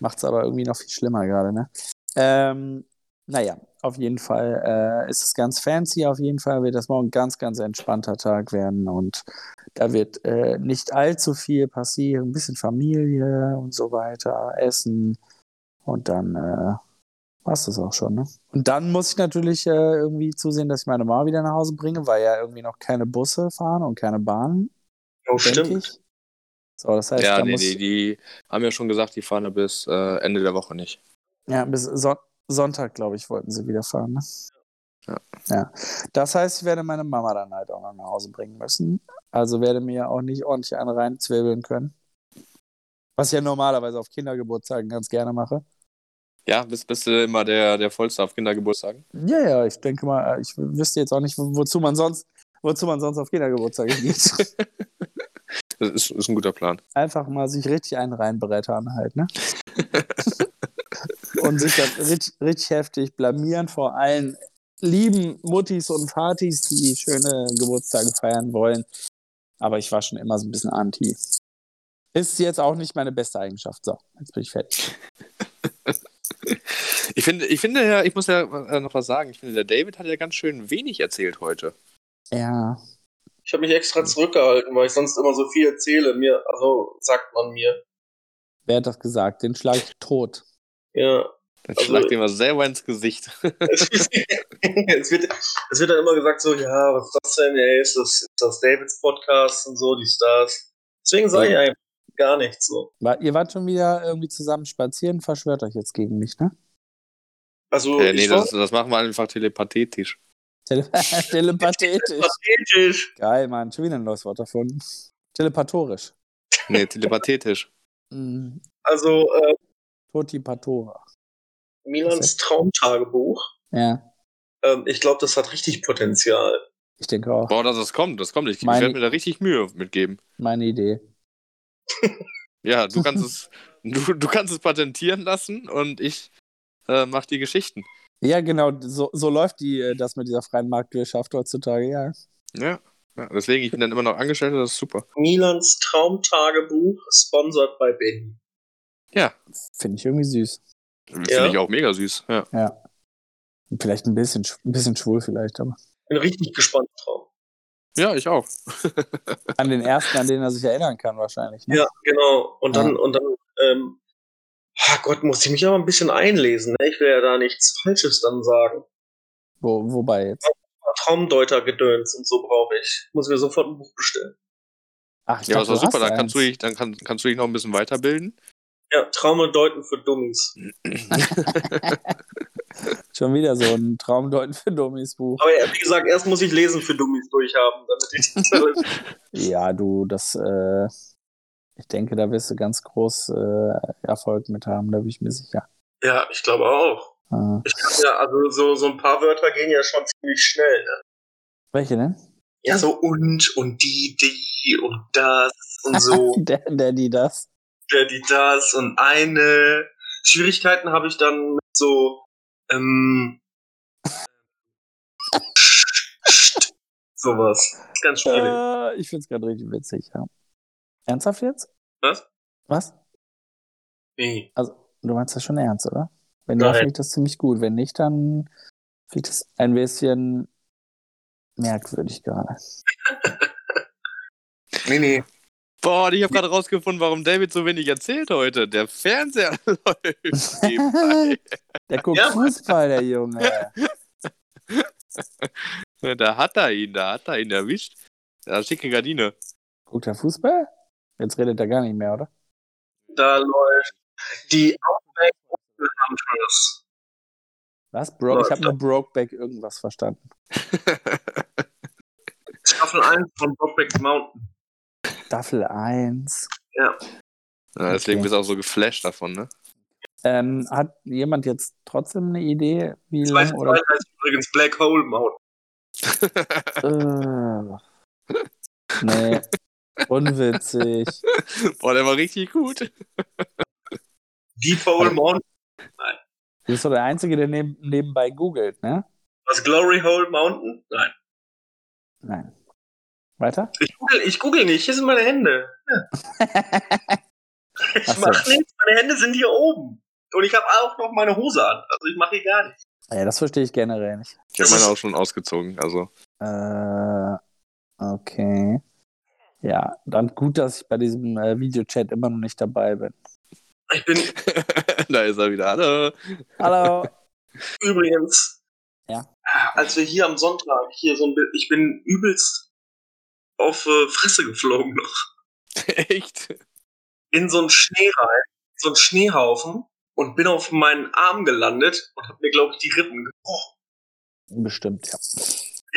A: Macht es aber irgendwie noch viel schlimmer gerade. Ne? Ähm, naja, auf jeden Fall äh, ist es ganz fancy. Auf jeden Fall wird das morgen ein ganz, ganz entspannter Tag werden. Und da wird äh, nicht allzu viel passieren. Ein bisschen Familie und so weiter. Essen. Und dann äh, war es das auch schon. Ne? Und dann muss ich natürlich äh, irgendwie zusehen, dass ich meine Mama wieder nach Hause bringe, weil ja irgendwie noch keine Busse fahren und keine Bahnen.
B: Oh,
A: denke
B: stimmt.
A: ich. So, das heißt,
C: ja,
A: da
C: nee,
A: muss,
C: die, die haben ja schon gesagt, die fahren da bis äh, Ende der Woche nicht.
A: ja bis Son Sonntag, glaube ich, wollten sie wieder fahren. Ne?
C: Ja.
A: ja. Das heißt, ich werde meine Mama dann halt auch noch nach Hause bringen müssen. Also werde mir auch nicht ordentlich einen reinzwirbeln können. Was ich ja normalerweise auf Kindergeburtstagen ganz gerne mache.
C: Ja, bist, bist du immer der, der Vollste auf Kindergeburtstagen?
A: Ja, ja, ich denke mal, äh, ich wüsste jetzt auch nicht, wo- wozu man sonst, wozu man sonst auf Kindergeburtstage geht.
C: Das ist, ist ein guter Plan.
A: Einfach mal sich richtig einen reinbrettern halt, ne? und sich dann richtig, richtig heftig blamieren vor allen lieben Muttis und Partys, die schöne Geburtstage feiern wollen. Aber ich war schon immer so ein bisschen anti. Ist jetzt auch nicht meine beste Eigenschaft. So, jetzt bin ich fertig.
C: Ich finde, ich finde ja, ich muss ja äh, noch was sagen. Ich finde, der David hat ja ganz schön wenig erzählt heute.
A: Ja.
B: Ich habe mich extra zurückgehalten, weil ich sonst immer so viel erzähle. Mir, also sagt man mir.
A: Wer hat das gesagt? Den schlage ich tot.
B: Ja.
C: Dann
B: Also-
C: schlagt ihm mal selber ins Gesicht.
B: es, wird, es wird dann immer gesagt so, ja, was ist das denn? Ey, ist, das, ist das Davids Podcast und so, die Stars. Deswegen sage ich einfach gar nichts so.
A: War, ihr wart schon wieder irgendwie zusammen spazieren, verschwört euch jetzt gegen mich, ne?
B: Also
C: äh, nee,
B: ich war
C: das, das machen wir einfach telepathetisch.
A: Tele Telepathetisch.
B: pathetisch.
A: Geil, Mann, schon wieder ein neues Wort davon. Telepathorisch.
C: Nee, telepathetisch.
A: Mm,
B: Also äh,
A: Totipatora.
B: Milans Traumtagebuch.
A: Ja,
B: Ähm, ich glaube, das hat richtig Potenzial.
A: ich denke auch.
C: Boah, das, das kommt, das kommt. Ich, ich
A: Meine-
C: werde mir da richtig Mühe mitgeben.
A: Meine Idee.
C: Ja, du kannst es, du, du kannst es patentieren lassen und ich äh, mach die Geschichten.
A: Ja, genau, so, so läuft die, äh, das mit dieser freien Marktwirtschaft heutzutage, ja.
C: Ja. ja. Deswegen, ich bin dann immer noch Angestellter, das ist super.
B: Milans Traumtagebuch, sponsored bei Benny.
A: Finde ich irgendwie süß.
C: Finde ich auch mega süß. Ja.
A: Vielleicht ein bisschen, sch- ein bisschen schwul, vielleicht, aber.
B: Bin richtig gespannt drauf.
C: ja, ich auch.
A: An den ersten, an den er sich erinnern kann, wahrscheinlich. Ne?
B: Ja, genau. Und dann,
A: Ja.
B: und dann, ähm, ah Gott, muss ich mich aber ein bisschen einlesen. Ne? Ich will ja da nichts Falsches dann sagen.
A: Wo, wobei jetzt.
B: Traumdeuter-Gedöns und so brauche ich. Muss mir sofort ein Buch bestellen.
A: Ach, ich
C: Ja,
A: dachte,
C: das war
A: du hast
C: super. Dann
A: eins.
C: kannst, du dich, dann kann, kannst du dich noch ein bisschen weiterbilden.
B: Ja, Traum und Deuten für Dummies.
A: Schon wieder so ein Traumdeuten für Dummies Buch.
B: Aber ja, wie gesagt, erst muss ich Lesen für Dummies durchhaben, damit ich
A: Ja, du, das, äh, ich denke, da wirst du ganz groß äh, Erfolg mit haben, da bin ich mir sicher.
B: Ja, ich glaube auch.
A: Äh,
B: Ich kann ja, also so, so ein paar Wörter gehen ja schon ziemlich schnell. Ne?
A: welche denn?
B: Ja, so und und die, die und das und so,
A: Der, der, die, das.
B: der, die, das und eine. Schwierigkeiten habe ich dann mit so, ähm, sowas. Ist ganz schwierig.
A: Äh, ich find's gerade richtig witzig, ja. Ernsthaft jetzt?
B: Was?
A: Was?
B: Nee.
A: Du meinst das schon ernst, oder? Wenn ja,
B: Nein.
A: fliegt das ziemlich gut. Wenn nicht, dann fliegt das ein bisschen merkwürdig gerade.
B: Nee, nee.
C: Boah, und ich habe gerade rausgefunden, warum David so wenig erzählt heute. Der Fernseher läuft. nebenbei.
A: Der guckt
B: Ja.
A: Fußball, der Junge.
C: da hat er ihn, da hat er ihn erwischt. Ja, schicke Gardine.
A: Guckt er Fußball? Jetzt redet er gar nicht mehr, oder?
B: Da läuft die Outback Oatmeal Hunters.
A: Was? Bro ich
B: Läuft.
A: habe nur Brokeback irgendwas verstanden.
B: Staffel 1 von Brokeback Mountain.
A: Staffel 1.
C: Ja, deswegen
A: Okay.
C: bist du auch so geflasht davon, ne?
A: Ähm, hat jemand jetzt trotzdem eine Idee, wie
B: Zweite
A: lange oder?
B: Teil heißt übrigens Black Hole Mountain.
A: Äh, nee, unwitzig.
C: Boah, der war richtig gut.
B: Deep Hole Mountain.
A: Du bist doch der Einzige, der neb nebenbei googelt, ne?
B: Was? Glory Hole Mountain? Nein.
A: Nein. Weiter?
B: Ich google, ich google nicht. Hier sind meine Hände. Ich
A: Ach so.
B: mach nichts. Meine Hände sind hier oben. Und ich habe auch noch meine Hose an. Also ich mache hier gar nichts.
A: Ja, das verstehe ich generell nicht.
C: Ich habe
B: Das
C: meine
B: ist-
C: auch schon ausgezogen. Also,
A: Äh, okay. Ja, dann gut, dass ich bei diesem äh, Videochat immer noch nicht dabei bin.
B: Ich bin
C: da ist er wieder. Hallo.
A: Hallo.
B: übrigens, äh,
A: Ja.
B: als wir hier am Sonntag hier so ein Bild, ich bin übelst auf äh, Fresse geflogen noch.
C: Echt?
B: in so einen Schnee rein, so einen Schneehaufen und bin auf meinen Arm gelandet und hab mir, glaube ich, die Rippen gebrochen.
A: Bestimmt, ja.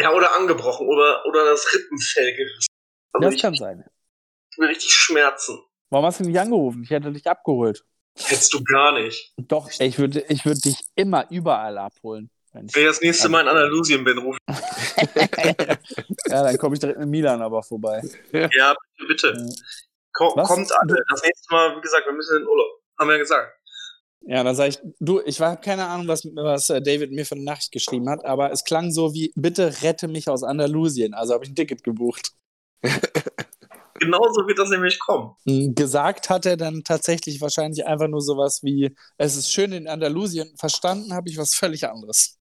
B: Ja, oder angebrochen oder, oder das Rippenfell gerissen. Also
A: Das
B: ich
A: kann sein.
B: hatte richtig Schmerzen.
A: Warum hast du mich angerufen? Ich hätte dich abgeholt.
B: Hättest du gar nicht.
A: Doch, ich würde ich würd dich immer überall abholen. Wenn ich,
B: Wenn ich das nächste Mal in Andalusien bin, ruf
A: ja, dann komme ich direkt mit Milan aber vorbei.
B: ich, ja, bitte, bitte.
A: Ja.
B: Ko
A: Mhm. Was?
B: kommt alle. Das nächste Mal, wie gesagt, wir müssen in den Urlaub. Haben wir ja gesagt.
A: Ja, dann sage ich, du, ich habe keine Ahnung, was, was äh, David mir für eine Nachricht geschrieben hat, aber es klang so wie, bitte rette mich aus Andalusien. Also habe ich ein Ticket gebucht.
B: Genauso wird das nämlich kommen.
A: Mhm, Gesagt hat er dann tatsächlich wahrscheinlich einfach nur sowas wie, es ist schön in Andalusien, verstanden habe ich was völlig anderes.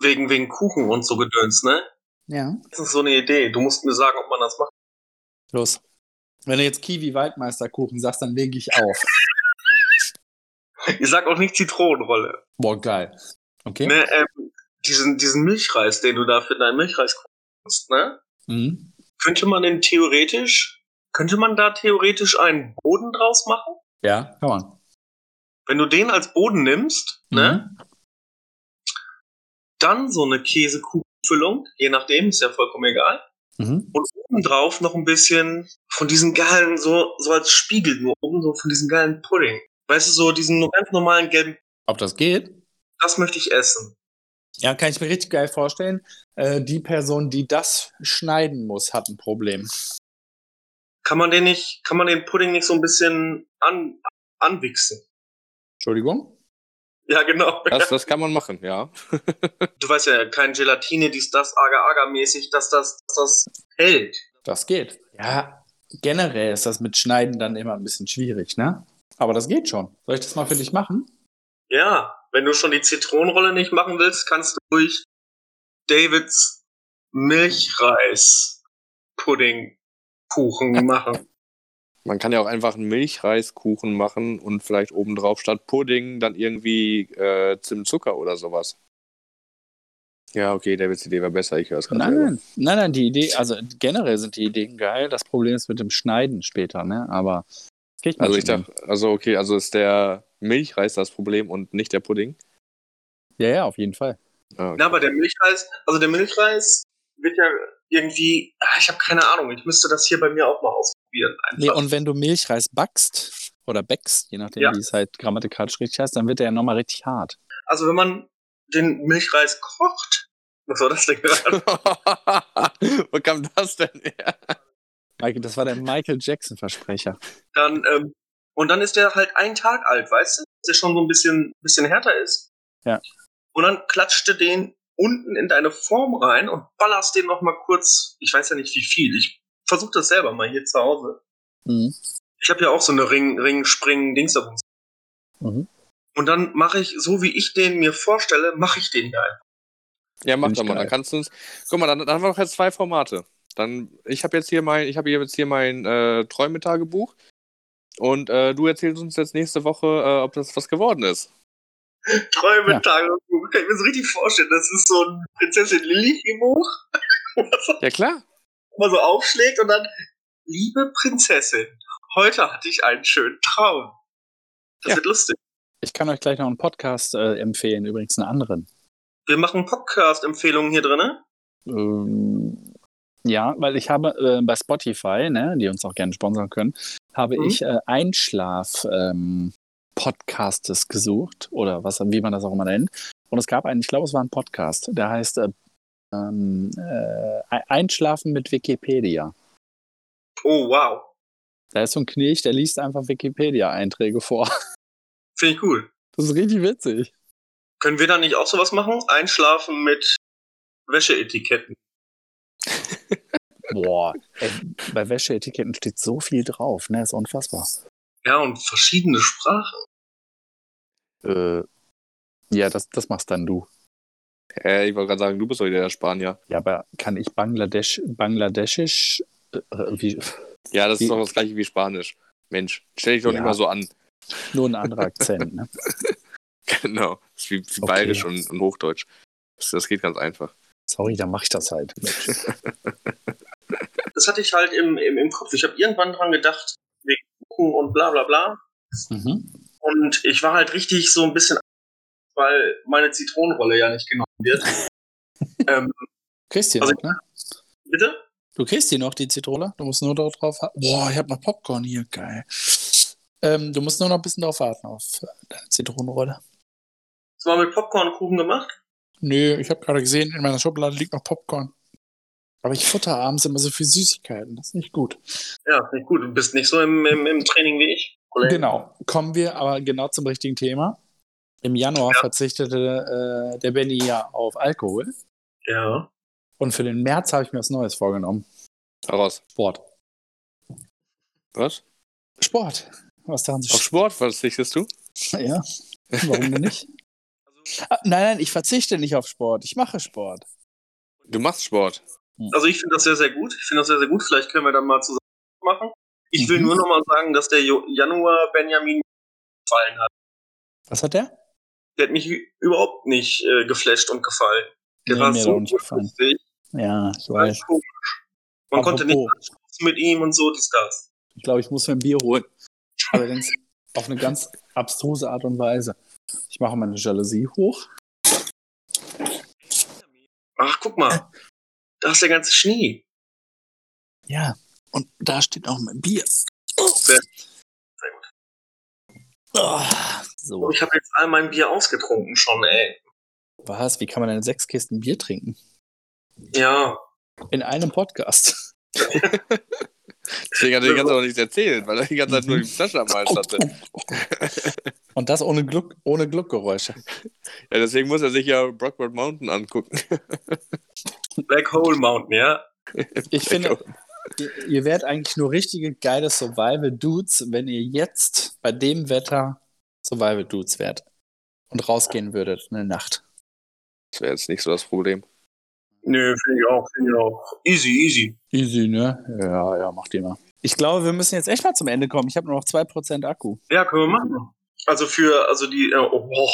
B: Wegen, wegen Kuchen und so Gedöns, ne?
A: Ja.
B: Das ist so eine Idee. Du musst mir sagen, ob man das macht.
A: Los. Wenn du jetzt Kiwi-Waldmeisterkuchen sagst, dann lege ich auf.
B: Ich sag auch nicht Zitronenrolle.
A: Boah, geil. Okay.
B: Ne, ähm, diesen, diesen Milchreis, den du da für deinen Milchreis kochst, ne?
A: Mhm.
B: Könnte man den theoretisch, könnte man da theoretisch einen Boden draus machen?
A: Ja, kann man.
B: Wenn du den als Boden nimmst,
A: Mhm.
B: ne? Dann so eine Käsekuchenfüllung, je nachdem, ist ja vollkommen egal.
A: Mhm.
B: Und obendrauf noch ein bisschen von diesem geilen, so, so als Spiegel nur oben, so von diesem geilen Pudding. Weißt du, so diesen ganz normalen gelben,
A: Ob das geht?
B: das möchte ich essen.
A: Ja, kann ich mir richtig geil vorstellen. Äh, die Person, die das schneiden muss, hat ein Problem.
B: Kann man den nicht, kann man den Pudding nicht so ein bisschen an, anwichsen?
A: Entschuldigung?
B: Ja, genau.
C: Das, das kann man machen, ja.
B: Du weißt ja, kein Gelatine, dies, das, agar-agar-mäßig, dass das, dass das hält.
A: Das geht. Ja, generell ist das mit Schneiden dann immer ein bisschen schwierig, ne? Aber das geht schon. Soll ich das mal für dich machen?
B: Ja, wenn du schon die Zitronenrolle nicht machen willst, kannst du ruhig Davids Milchreis-Pudding, Kuchen machen.
C: Man kann ja auch einfach einen Milchreiskuchen machen und vielleicht obendrauf statt Pudding dann irgendwie äh, Zimtzucker oder sowas. Ja, okay, Davids Idee war besser, ich höre es gerade.
A: Nein,
C: selber.
A: nein, nein, nein, die Idee, also generell sind die Ideen geil. Das Problem ist mit dem Schneiden später, ne? Aber kriegt man
C: Also ich
A: schon hin.
C: dachte, also okay, also ist der Milchreis das Problem und nicht der Pudding.
A: Ja, ja, auf jeden Fall.
C: Ah, okay.
B: Na, aber der Milchreis, also der Milchreis wird ja irgendwie, ah, ich habe keine Ahnung, ich müsste das hier bei mir auch mal ausprobieren.
A: Nee,
B: Einfach.
A: und wenn du Milchreis backst oder backst, je nachdem,
B: Ja.
A: wie es halt grammatikalisch richtig heißt, dann wird der ja nochmal richtig hart.
B: Also wenn man den Milchreis kocht, was war das denn gerade?
C: Wo kam das denn her?
A: Michael, das war der Michael Jackson-Versprecher.
B: Dann, ähm, und dann ist der halt einen Tag alt, weißt du, dass der schon so ein bisschen, bisschen härter ist.
A: Ja.
B: Und dann klatscht du den unten in deine Form rein und ballerst den noch mal kurz, ich weiß ja nicht wie viel, ich versuche das selber mal hier zu Hause.
A: Mhm.
B: Ich habe ja auch so eine Ring, Ring, Springen, Dingsabungs.
A: Mhm.
B: Und dann mache ich, so wie ich den mir vorstelle, mache ich den geil.
C: Ja, mach
A: Find ich
C: doch mal.
A: geil.
C: Dann kannst du uns. Guck mal, dann, dann haben wir doch jetzt zwei Formate. Dann, ich habe jetzt hier mein, ich habe jetzt hier mein äh, Träumetagebuch und äh, du erzählst uns jetzt nächste Woche, äh, ob das was geworden ist.
B: Träume,
A: Ja.
B: Tagebuch. Kann ich mir so richtig vorstellen. Das ist so ein Prinzessin Lilly-Buch,
C: Ja klar.
B: wo man so aufschlägt und dann, liebe Prinzessin, heute hatte ich einen schönen Traum. Das
C: Ja.
B: wird lustig.
A: Ich kann euch gleich noch einen Podcast äh, empfehlen, übrigens einen anderen.
B: Wir machen Podcast-Empfehlungen hier drin.
A: Ähm, ja, weil ich habe äh, bei Spotify, ne, die uns auch gerne sponsern können, habe
B: Mhm.
A: ich äh, Einschlaf ähm, Podcastes gesucht oder was, wie man das auch immer nennt. Und es gab einen, ich glaube, es war ein Podcast, der heißt äh, ähm, äh, Einschlafen mit Wikipedia.
B: Oh, wow.
A: Da ist so ein Knilch, der liest einfach Wikipedia-Einträge vor.
B: Finde ich cool.
A: Das ist richtig witzig.
B: Können wir da nicht auch sowas machen? Einschlafen mit Wäscheetiketten.
A: Boah, ey, bei Wäscheetiketten steht so viel drauf, ne? Ist unfassbar.
B: Ja, und verschiedene Sprachen.
A: Äh, ja, das, das machst dann du.
C: Äh, ich wollte gerade sagen, du bist doch wieder der Spanier.
A: Ja, aber kann ich Bangladesch, Bangladeschisch, äh, äh, wie,
C: Ja, das
A: Die-
C: ist doch das gleiche wie Spanisch. Mensch, stell dich doch
A: Ja.
C: nicht mal so an.
A: nur ein anderer Akzent, ne?
C: genau. Das ist wie, wie
A: Okay.
C: Bayerisch und, und Hochdeutsch. Das, das geht ganz einfach.
A: Sorry, dann mach ich das halt.
B: Das hatte ich halt im, im, im Kopf. Ich habe irgendwann dran gedacht, wegen gucken und bla bla bla.
A: Mhm.
B: Und ich war halt richtig so ein bisschen, weil meine Zitronenrolle ja nicht genau, genommen wird. ähm,
A: Kriegst die
B: Also-
A: noch, ne?
B: bitte?
A: Du kriegst die noch, die Zitrone. Du musst nur dort drauf warten. Boah, ich habe noch Popcorn hier. Geil. Ähm, du musst nur noch ein bisschen drauf warten auf äh, deine Zitronenrolle.
B: Das war mit Popcornkuchen gemacht.
A: Nö, ich habe gerade gesehen, in meiner Schublade liegt noch Popcorn. Aber ich futter abends immer so viel Süßigkeiten. Das ist nicht gut.
B: Ja, nicht gut. Du bist nicht so im, im, im Training wie ich. Kollege.
A: Genau. Kommen wir aber genau zum richtigen Thema. Im Januar verzichtete äh, der Benny ja auf Alkohol.
B: Ja.
A: Und für den März habe ich mir was Neues vorgenommen.
C: Raus.
A: Sport.
C: Was?
A: Sport. Was daran so
C: Auf Sport verzichtest du?
A: Ja, warum denn nicht? Ah, Nein, nein, ich verzichte nicht auf Sport. Ich mache Sport.
C: Du machst Sport.
B: Also ich finde das sehr, sehr gut. Ich finde das sehr, sehr gut. Vielleicht können wir dann mal zusammen machen. Ich will
A: Mhm.
B: nur nochmal sagen, dass der Jo- Januar Benjamin gefallen hat.
A: Was hat der?
B: Der hat mich ü- überhaupt nicht äh, geflasht und gefallen. Der
A: Nee,
B: war
A: mir hat er
B: so
A: auch nicht gefallen.
B: lustig,
A: Ja, ich
B: war
A: weiß.
B: komisch. Man konnte nicht
A: Apropos,
B: mit ihm und so, dies, das.
A: Ich glaube, ich muss mir ein Bier holen. Allerdings auf eine ganz abstruse Art und Weise. Ich mache meine Jalousie hoch.
B: Ach, guck mal. Da ist der ganze Schnee.
A: Ja, und da steht auch mein Bier. Ah, so,
B: Ich habe jetzt all mein Bier ausgetrunken schon, ey.
A: was? Wie kann man denn sechs Kisten Bier trinken?
B: Ja.
A: In einem Podcast.
C: Deswegen hat er die ganze Zeit auch nichts erzählt, weil er die ganze Zeit nur die Flasche am Hals hatte.
A: Und das ohne, Gluck, ohne Gluckgeräusche.
C: Ja, deswegen muss er sich ja Brockwood Mountain angucken.
B: Black Hole Mountain, ja.
A: Ich finde, ihr, ihr werdet eigentlich nur richtige geile Survival-Dudes, wenn ihr jetzt bei dem Wetter Survival-Dudes wärt und rausgehen würdet eine Nacht.
C: Das wäre jetzt nicht so das Problem.
B: Nö, finde ich auch, finde ich auch. Easy, easy.
A: Easy, ne? Ja, ja, macht ihr mal. Ich glaube, wir müssen jetzt echt mal zum Ende kommen. Ich habe nur noch 2% Akku.
B: Ja, können wir machen. Also für, also die, äh, oh, boah.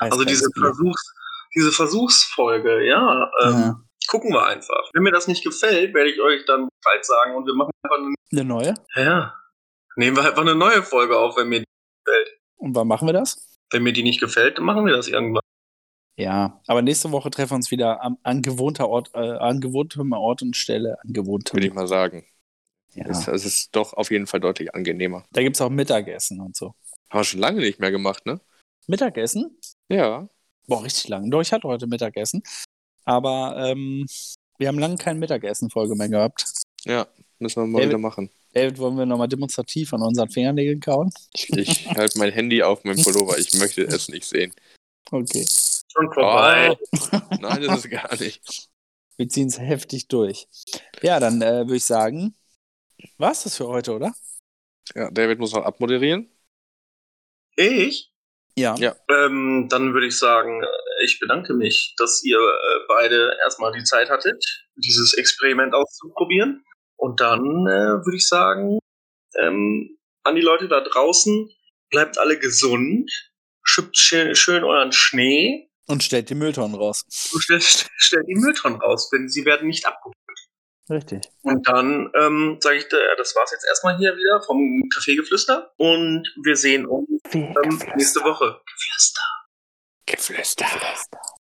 B: also diese Versuchs, diese Versuchsfolge, ja, ähm,
A: Ja.
B: gucken wir einfach. Wenn mir das nicht gefällt, werde ich euch dann Bescheid sagen und wir machen einfach eine,
A: Eine neue.
B: ja, nehmen wir einfach eine neue Folge auf, wenn mir,
A: Und wann machen wir das?
B: wenn mir die nicht gefällt, dann machen wir das irgendwann.
A: Ja, aber nächste Woche treffen wir uns wieder am, an gewohnter Ort, äh, an gewohntem Ort und Stelle, an gewohntem.
C: Würde ich mal sagen.
A: Ja.
C: Es, es ist doch auf jeden Fall deutlich angenehmer.
A: Da gibt es auch Mittagessen und so.
C: Haben wir schon lange nicht mehr gemacht, ne?
A: Mittagessen?
C: Ja.
A: Boah, richtig lang. Doch, ich hatte heute Mittagessen. Aber ähm, wir haben lange kein Mittagessen-Folge mehr gehabt.
C: Müssen wir mal
A: David-
C: wieder machen.
A: David, wollen wir nochmal demonstrativ an unseren Fingernägeln kauen?
C: Ich halte mein Handy auf meinen Pullover. Ich möchte es nicht sehen.
A: Okay.
B: Schon vorbei.
C: Nein, das ist gar nicht.
A: Wir ziehen es heftig durch. Ja, dann äh, würde ich sagen, war es das für heute, oder?
C: Ja, David muss noch abmoderieren.
B: Ich?
A: Ja.
C: Ja.
B: Ähm, dann würde ich sagen, äh, ich bedanke mich, dass ihr äh, beide erstmal die Zeit hattet, dieses Experiment auszuprobieren. Und dann äh, würde ich sagen, ähm, an die Leute da draußen, bleibt alle gesund, schippt schön, schön euren Schnee
A: Und stellt die Mülltonnen raus.
B: und stellt, stellt die Mülltonnen raus, denn sie werden nicht abgeholt.
A: Richtig.
B: Und dann ähm, sage ich, äh, das war's jetzt erstmal hier wieder vom Kaffeegeflüster und wir sehen uns ähm, nächste Woche. Geflüster.
C: Geflüster.